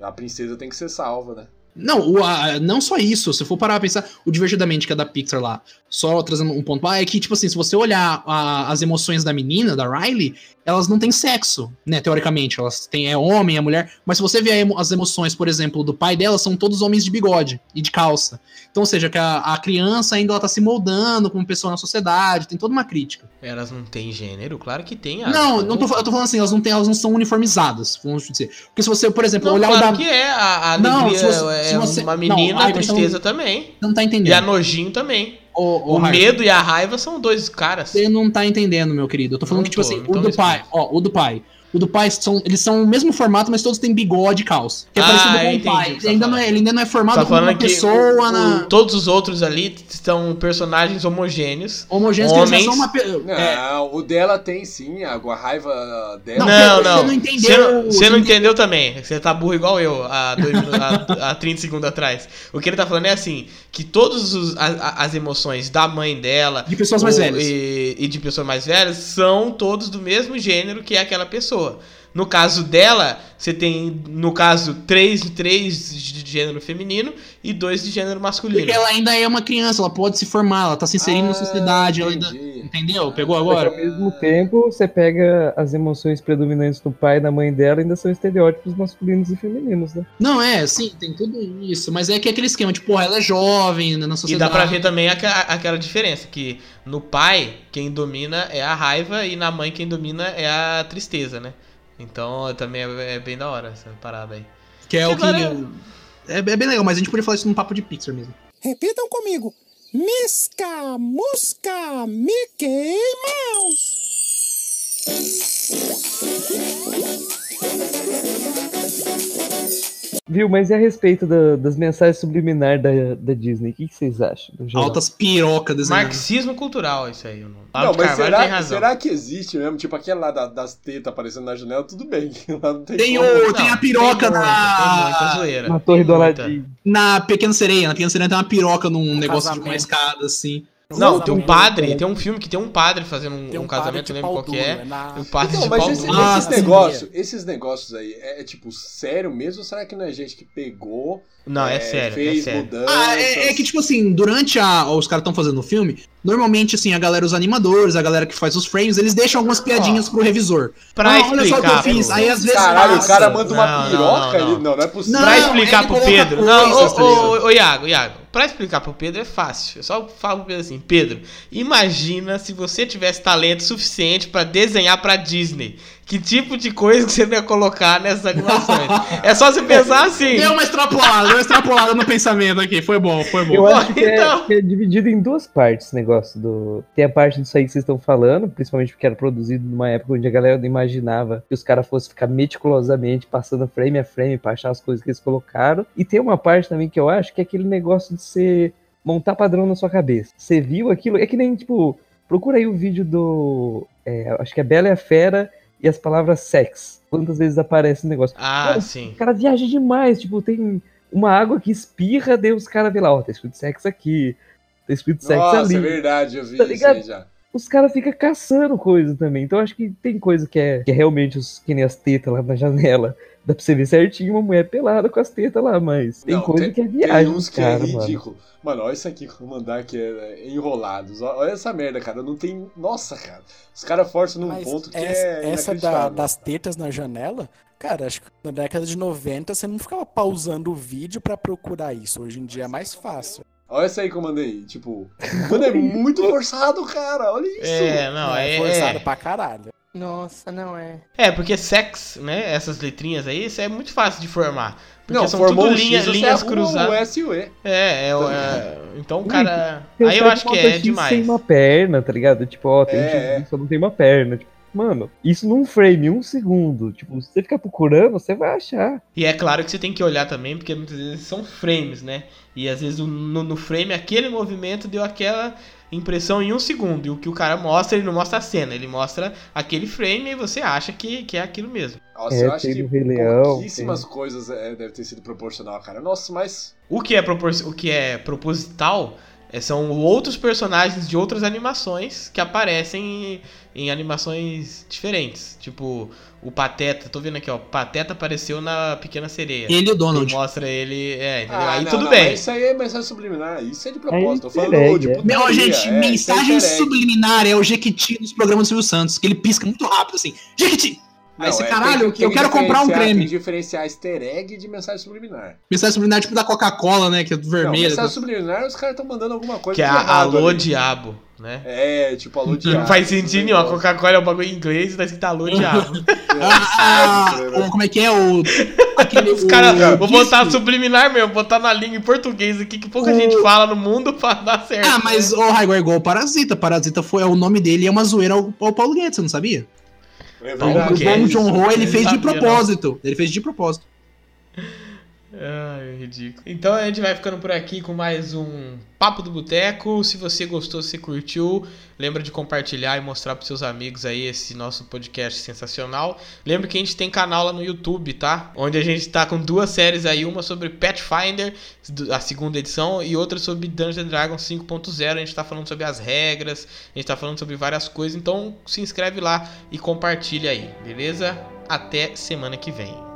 C: a princesa tem que ser salva, né?
K: Não, o- a- não só isso. Se for parar pra pensar, o Divertidamente, que é da Pixar lá, só trazendo um ponto, ah, é que, tipo assim, se você olhar a- as emoções da menina, da Riley, elas não têm sexo, né, teoricamente. Elas têm, é homem, é mulher. Mas se você ver a emo- as emoções, por exemplo, do pai dela, são todos homens de bigode e de calça. Então, ou seja, que a, a criança ainda ela tá se moldando como pessoa na sociedade, tem toda uma crítica.
A: Elas não têm gênero? Claro que tem.
K: Não, não tô, fa- eu tô falando assim, elas não, têm, elas não são uniformizadas, vamos dizer. Porque se você, por exemplo,
A: Não,
K: tipo, olhar
A: claro
K: o da...
A: que é. A, a
K: Não,
A: alegria
K: se você-
A: é
K: se você-
A: uma
K: não,
A: menina, a
K: Iverson-
A: tristeza também.
K: Não tá entendendo.
A: E a nojinho também.
K: O,
A: O medo e a raiva são dois caras.
K: Você não tá entendendo, meu querido. Eu tô falando
A: Não
K: que, tipo
A: tô,
K: assim,
A: então
K: o do pai, ó, o do pai. O do pai são. Eles são o mesmo formato, mas todos têm bigode e calça. Que é
A: Ah,
K: parecido com
A: eu
K: o
A: entendi o
K: pai.
A: que você
K: Ele
A: tá
K: ainda, não é, ele ainda não é formado
A: Tá
K: como uma
A: falando que
K: pessoa né?
A: o- o-
K: na.
A: todos os outros ali são personagens homogêneos.
K: Homogêneos que eles já
A: homens.
K: são é uma pe- é,
C: Não, o dela tem sim, a a raiva dela.
A: Não, é, não, não. Você não,
C: o-
A: você não entendeu também. Você tá burro igual eu há, dois, minu- há, há 30 segundos atrás. O que ele tá falando é assim: que todas os- a- a- as emoções da mãe dela.
K: De pessoas mais
A: ou-
K: velhas.
A: E, e de pessoas mais velhas são todos do mesmo gênero que é aquela pessoa. No caso dela, você tem, no caso, três, três de gênero feminino e dois de gênero masculino.
K: Porque ela ainda é uma criança, ela pode se formar, ela tá se inserindo
A: Ah,
K: na sociedade, ela ainda. Entendeu? Pegou
F: Ao
K: agora?
F: mesmo tempo, você pega as emoções predominantes do pai e da mãe dela, ainda são estereótipos masculinos e femininos, né?
K: Não, é, sim, tem tudo isso. Mas é que é aquele esquema, tipo, porra, ela é jovem ainda na
A: E
K: sociedade.
A: dá pra ver também aqua- aquela diferença, que no pai, quem domina é a raiva e na mãe quem domina é a tristeza, né? Então também é, é bem da hora essa parada aí.
K: Que é o que.
A: Agora-
K: É, é bem legal, mas a gente podia falar isso num papo de Pixar mesmo.
L: Repitam comigo. Misca, musca, Mickey Mouse.
F: Viu, mas e a respeito da- das mensagens subliminares da, da Disney? O que, que vocês acham? no geral?
K: Altas pirocas desenhadas.
A: Marxismo cultural, isso aí. Não,
C: Não, mas será, será que existe mesmo? Tipo, aquela lá da- das tetas aparecendo na janela, tudo bem. Lá não tem
K: Tem,
C: como.
K: o, tem a piroca
A: tem
K: na.
A: muita zoeira.
F: Na Torre do
A: Muita.
F: Aladim.
K: Na Pequena Sereia. Na Pequena Sereia tem uma piroca num negócio de uma
E: casamento.
K: escada, assim.
A: Não,
E: Casamento.
A: tem um padre, tem um filme que tem um padre fazendo um,
E: Tem
A: um
E: um padre
A: casamento,
E: de
A: eu lembro
E: pau
A: qual que é.
E: duro, né? na-
A: O padre
C: Não,
A: de pau
C: Então, mas esse-
A: duro.
K: Ah,
C: esses,
K: sim.
C: negócios, esses negócios aí, é, é, tipo sério mesmo? Ou será que não é gente que pegou,
A: Não, é, sério, é
C: fez
A: sério.
C: mudanças?
K: Ah, é, é que, tipo assim, durante a. Os caras estão fazendo o filme. Normalmente, assim, a galera, os animadores, a galera que faz os frames, eles deixam algumas piadinhas pro revisor.
A: Pra
K: Ah, olha só o que eu
A: explicar,
K: fiz.
A: pô.
K: Aí às vezes.
C: Caralho, o
K: passa.
C: cara manda uma
A: Não, não,
C: piroca
A: não, não.
C: ali? Não, não é possível.
K: Não,
A: pra
K: ele
A: explicar pro
K: coloca
A: Pedro.
K: coisas,
A: Não, ô,
K: tá
A: ô, ô, ô, Iago, Iago. Pra explicar pro Pedro é fácil. Eu só falo pro Pedro assim: Pedro, imagina se você tivesse talento suficiente pra desenhar pra Disney. Que tipo de coisa que você ia colocar nessas animações? é só você pensar assim.
K: Deu uma extrapolada, deu uma extrapolada no pensamento aqui. Foi bom, foi bom.
F: Eu acho que, é-
A: Então.
F: que é, dividido em duas partes esse negócio do. Tem a parte disso aí que vocês estão falando, principalmente porque era produzido numa época onde a galera não imaginava que os caras fossem ficar meticulosamente passando frame a frame pra achar as coisas que eles colocaram. E tem uma parte também que eu acho que é aquele negócio de você montar padrão na sua cabeça. Você viu aquilo? É que nem, tipo, procura aí o vídeo do. é, acho que é Bela e a Fera e as palavras sex. Quantas vezes aparece o negócio?
A: Ah,
F: Não,
A: sim.
F: O cara viaja demais, tipo, tem uma água que espirra, daí os caras vê lá, ó, tá escrito sexo aqui, tá escrito sexo
C: Nossa,
F: ali.
C: é verdade, eu vi
F: Tá
C: isso aí
F: ligado?
C: já.
F: Os caras ficam caçando coisa também. Então acho que tem coisa que é, que é realmente os, que nem as tetas lá na janela. Dá pra você ver certinho uma mulher pelada com as tetas lá, mas tem
C: Não,
F: coisa
C: tem-
F: que é
C: Tem
F: viagem,
C: uns que
F: cara,
C: é
F: mano.
C: ridículo. Mano. olha isso aqui que eu vou mandar que é é, enrolados. Ó- Olha essa merda, cara. Não tem. Nossa, cara. Os caras forçam num
E: Mas
C: um ponto que
E: essa,
C: é.
E: essa da-
C: inacreditável.
E: das tetas na janela, cara, acho que na década de 90 você não ficava pausando o vídeo pra procurar isso. Hoje em dia é mais fácil.
C: Olha essa aí que eu mandei. Tipo, mano, é muito forçado, cara. Olha isso.
A: É, não, é.
E: é forçado pra caralho.
I: Nossa, não é.
A: É, porque sex, né? Essas letrinhas aí, isso é muito fácil de formar. Porque
C: não,
A: são
C: formou
A: tudo
C: um X,
A: linha-
C: você
A: linhas
C: arruma
A: cruzadas.
C: O S e o E.
A: É, é, o- é, então o
F: Ui,
A: cara.
F: Tem
A: Aí eu
F: cara
A: acho
F: que
A: que
F: monta
A: é
F: X
A: demais.
F: Sem uma perna, tá ligado? Tipo, ó, tem
C: É,
F: um
C: é.
F: X, só não tem uma perna. Tipo, mano, isso num frame, um segundo. Tipo, se você ficar procurando, você vai achar.
A: E é claro que você tem que olhar também, porque muitas vezes são frames, né? E às vezes o- no, no frame aquele movimento deu aquela impressão em um segundo. E o que o cara mostra, ele não mostra a cena, ele mostra aquele frame e você acha que, que é aquilo mesmo.
C: Nossa,
F: É,
C: eu acho
F: tem
C: que
F: do Rei Leão, um-
C: pouquíssimas coisas é, deve ter sido proporcional, cara. Nossa, mas.
A: O que é, propor o que é proposital é, são outros personagens de outras animações que aparecem em, em animações diferentes. Tipo, o Pateta, tô vendo aqui, ó. Pateta apareceu na Pequena Sereia.
K: Ele e o Donald.
A: E mostra ele. É, entendeu?
C: Ah,
A: aí
C: não,
A: tudo
C: não,
A: bem.
C: mas Isso aí é mensagem subliminar. Isso é de propósito. eu
F: easter
C: falando
F: egg,
C: de
F: é.
C: putaria,
K: Meu, gente,
C: é,
K: mensagem
C: isso é easter egg.
K: subliminar é o Jequiti nos programas do Silvio Santos, que ele pisca muito rápido assim. Jequiti! Aí
C: Não,
K: você,
C: é,
K: caralho,
C: tem que- tem
K: eu
C: que
K: quero comprar um
C: diferenciar-
K: creme.
C: Tem que diferenciar easter egg de mensagem subliminar.
K: Mensagem subliminar é tipo da Coca-Cola, né? Que é
C: Não,
K: vermelha.
C: mensagem subliminar, os caras estão mandando alguma coisa
A: Que é
C: de
A: a
C: errado
A: Alô
C: ali.
A: Diabo, né?
C: É, tipo alô diabo.
A: Não faz sentido nenhum. A Coca-Cola é um bagulho em inglês e tá escrito Alô Diabo.
K: Ah,
C: Nossa,
K: ou como é que é o. Aquele,
A: Os caras,
K: o-
A: vou
K: disco.
A: botar subliminar mesmo, botar na língua em português aqui que pouca
K: O-
A: gente fala no mundo pra dar certo.
B: tá,
K: Ah,
B: é
K: mas o Raigor igual o Parasita. Parasita foi o nome dele é uma zoeira ao, ao Paulo Guedes, você não sabia?
C: É
B: Então, o
C: verdade.
B: bom John Ho, ele
A: Não
B: fez
A: sabia,
B: de
A: não.
B: propósito. Ele fez de propósito.
A: Ai, ridículo. Então a gente vai ficando por aqui com mais um Papo do Boteco. Se você gostou, se curtiu, lembra de compartilhar e mostrar pros seus amigos aí esse nosso podcast sensacional. Lembra que a gente tem canal lá no YouTube, tá? Onde a gente tá com duas séries aí, uma sobre Pathfinder, do- a segunda edição, e outra sobre Dungeons and Dragons 5.0. A gente tá falando sobre as regras, a gente tá falando sobre várias coisas. Então se inscreve lá e compartilha aí, beleza? Até semana que vem.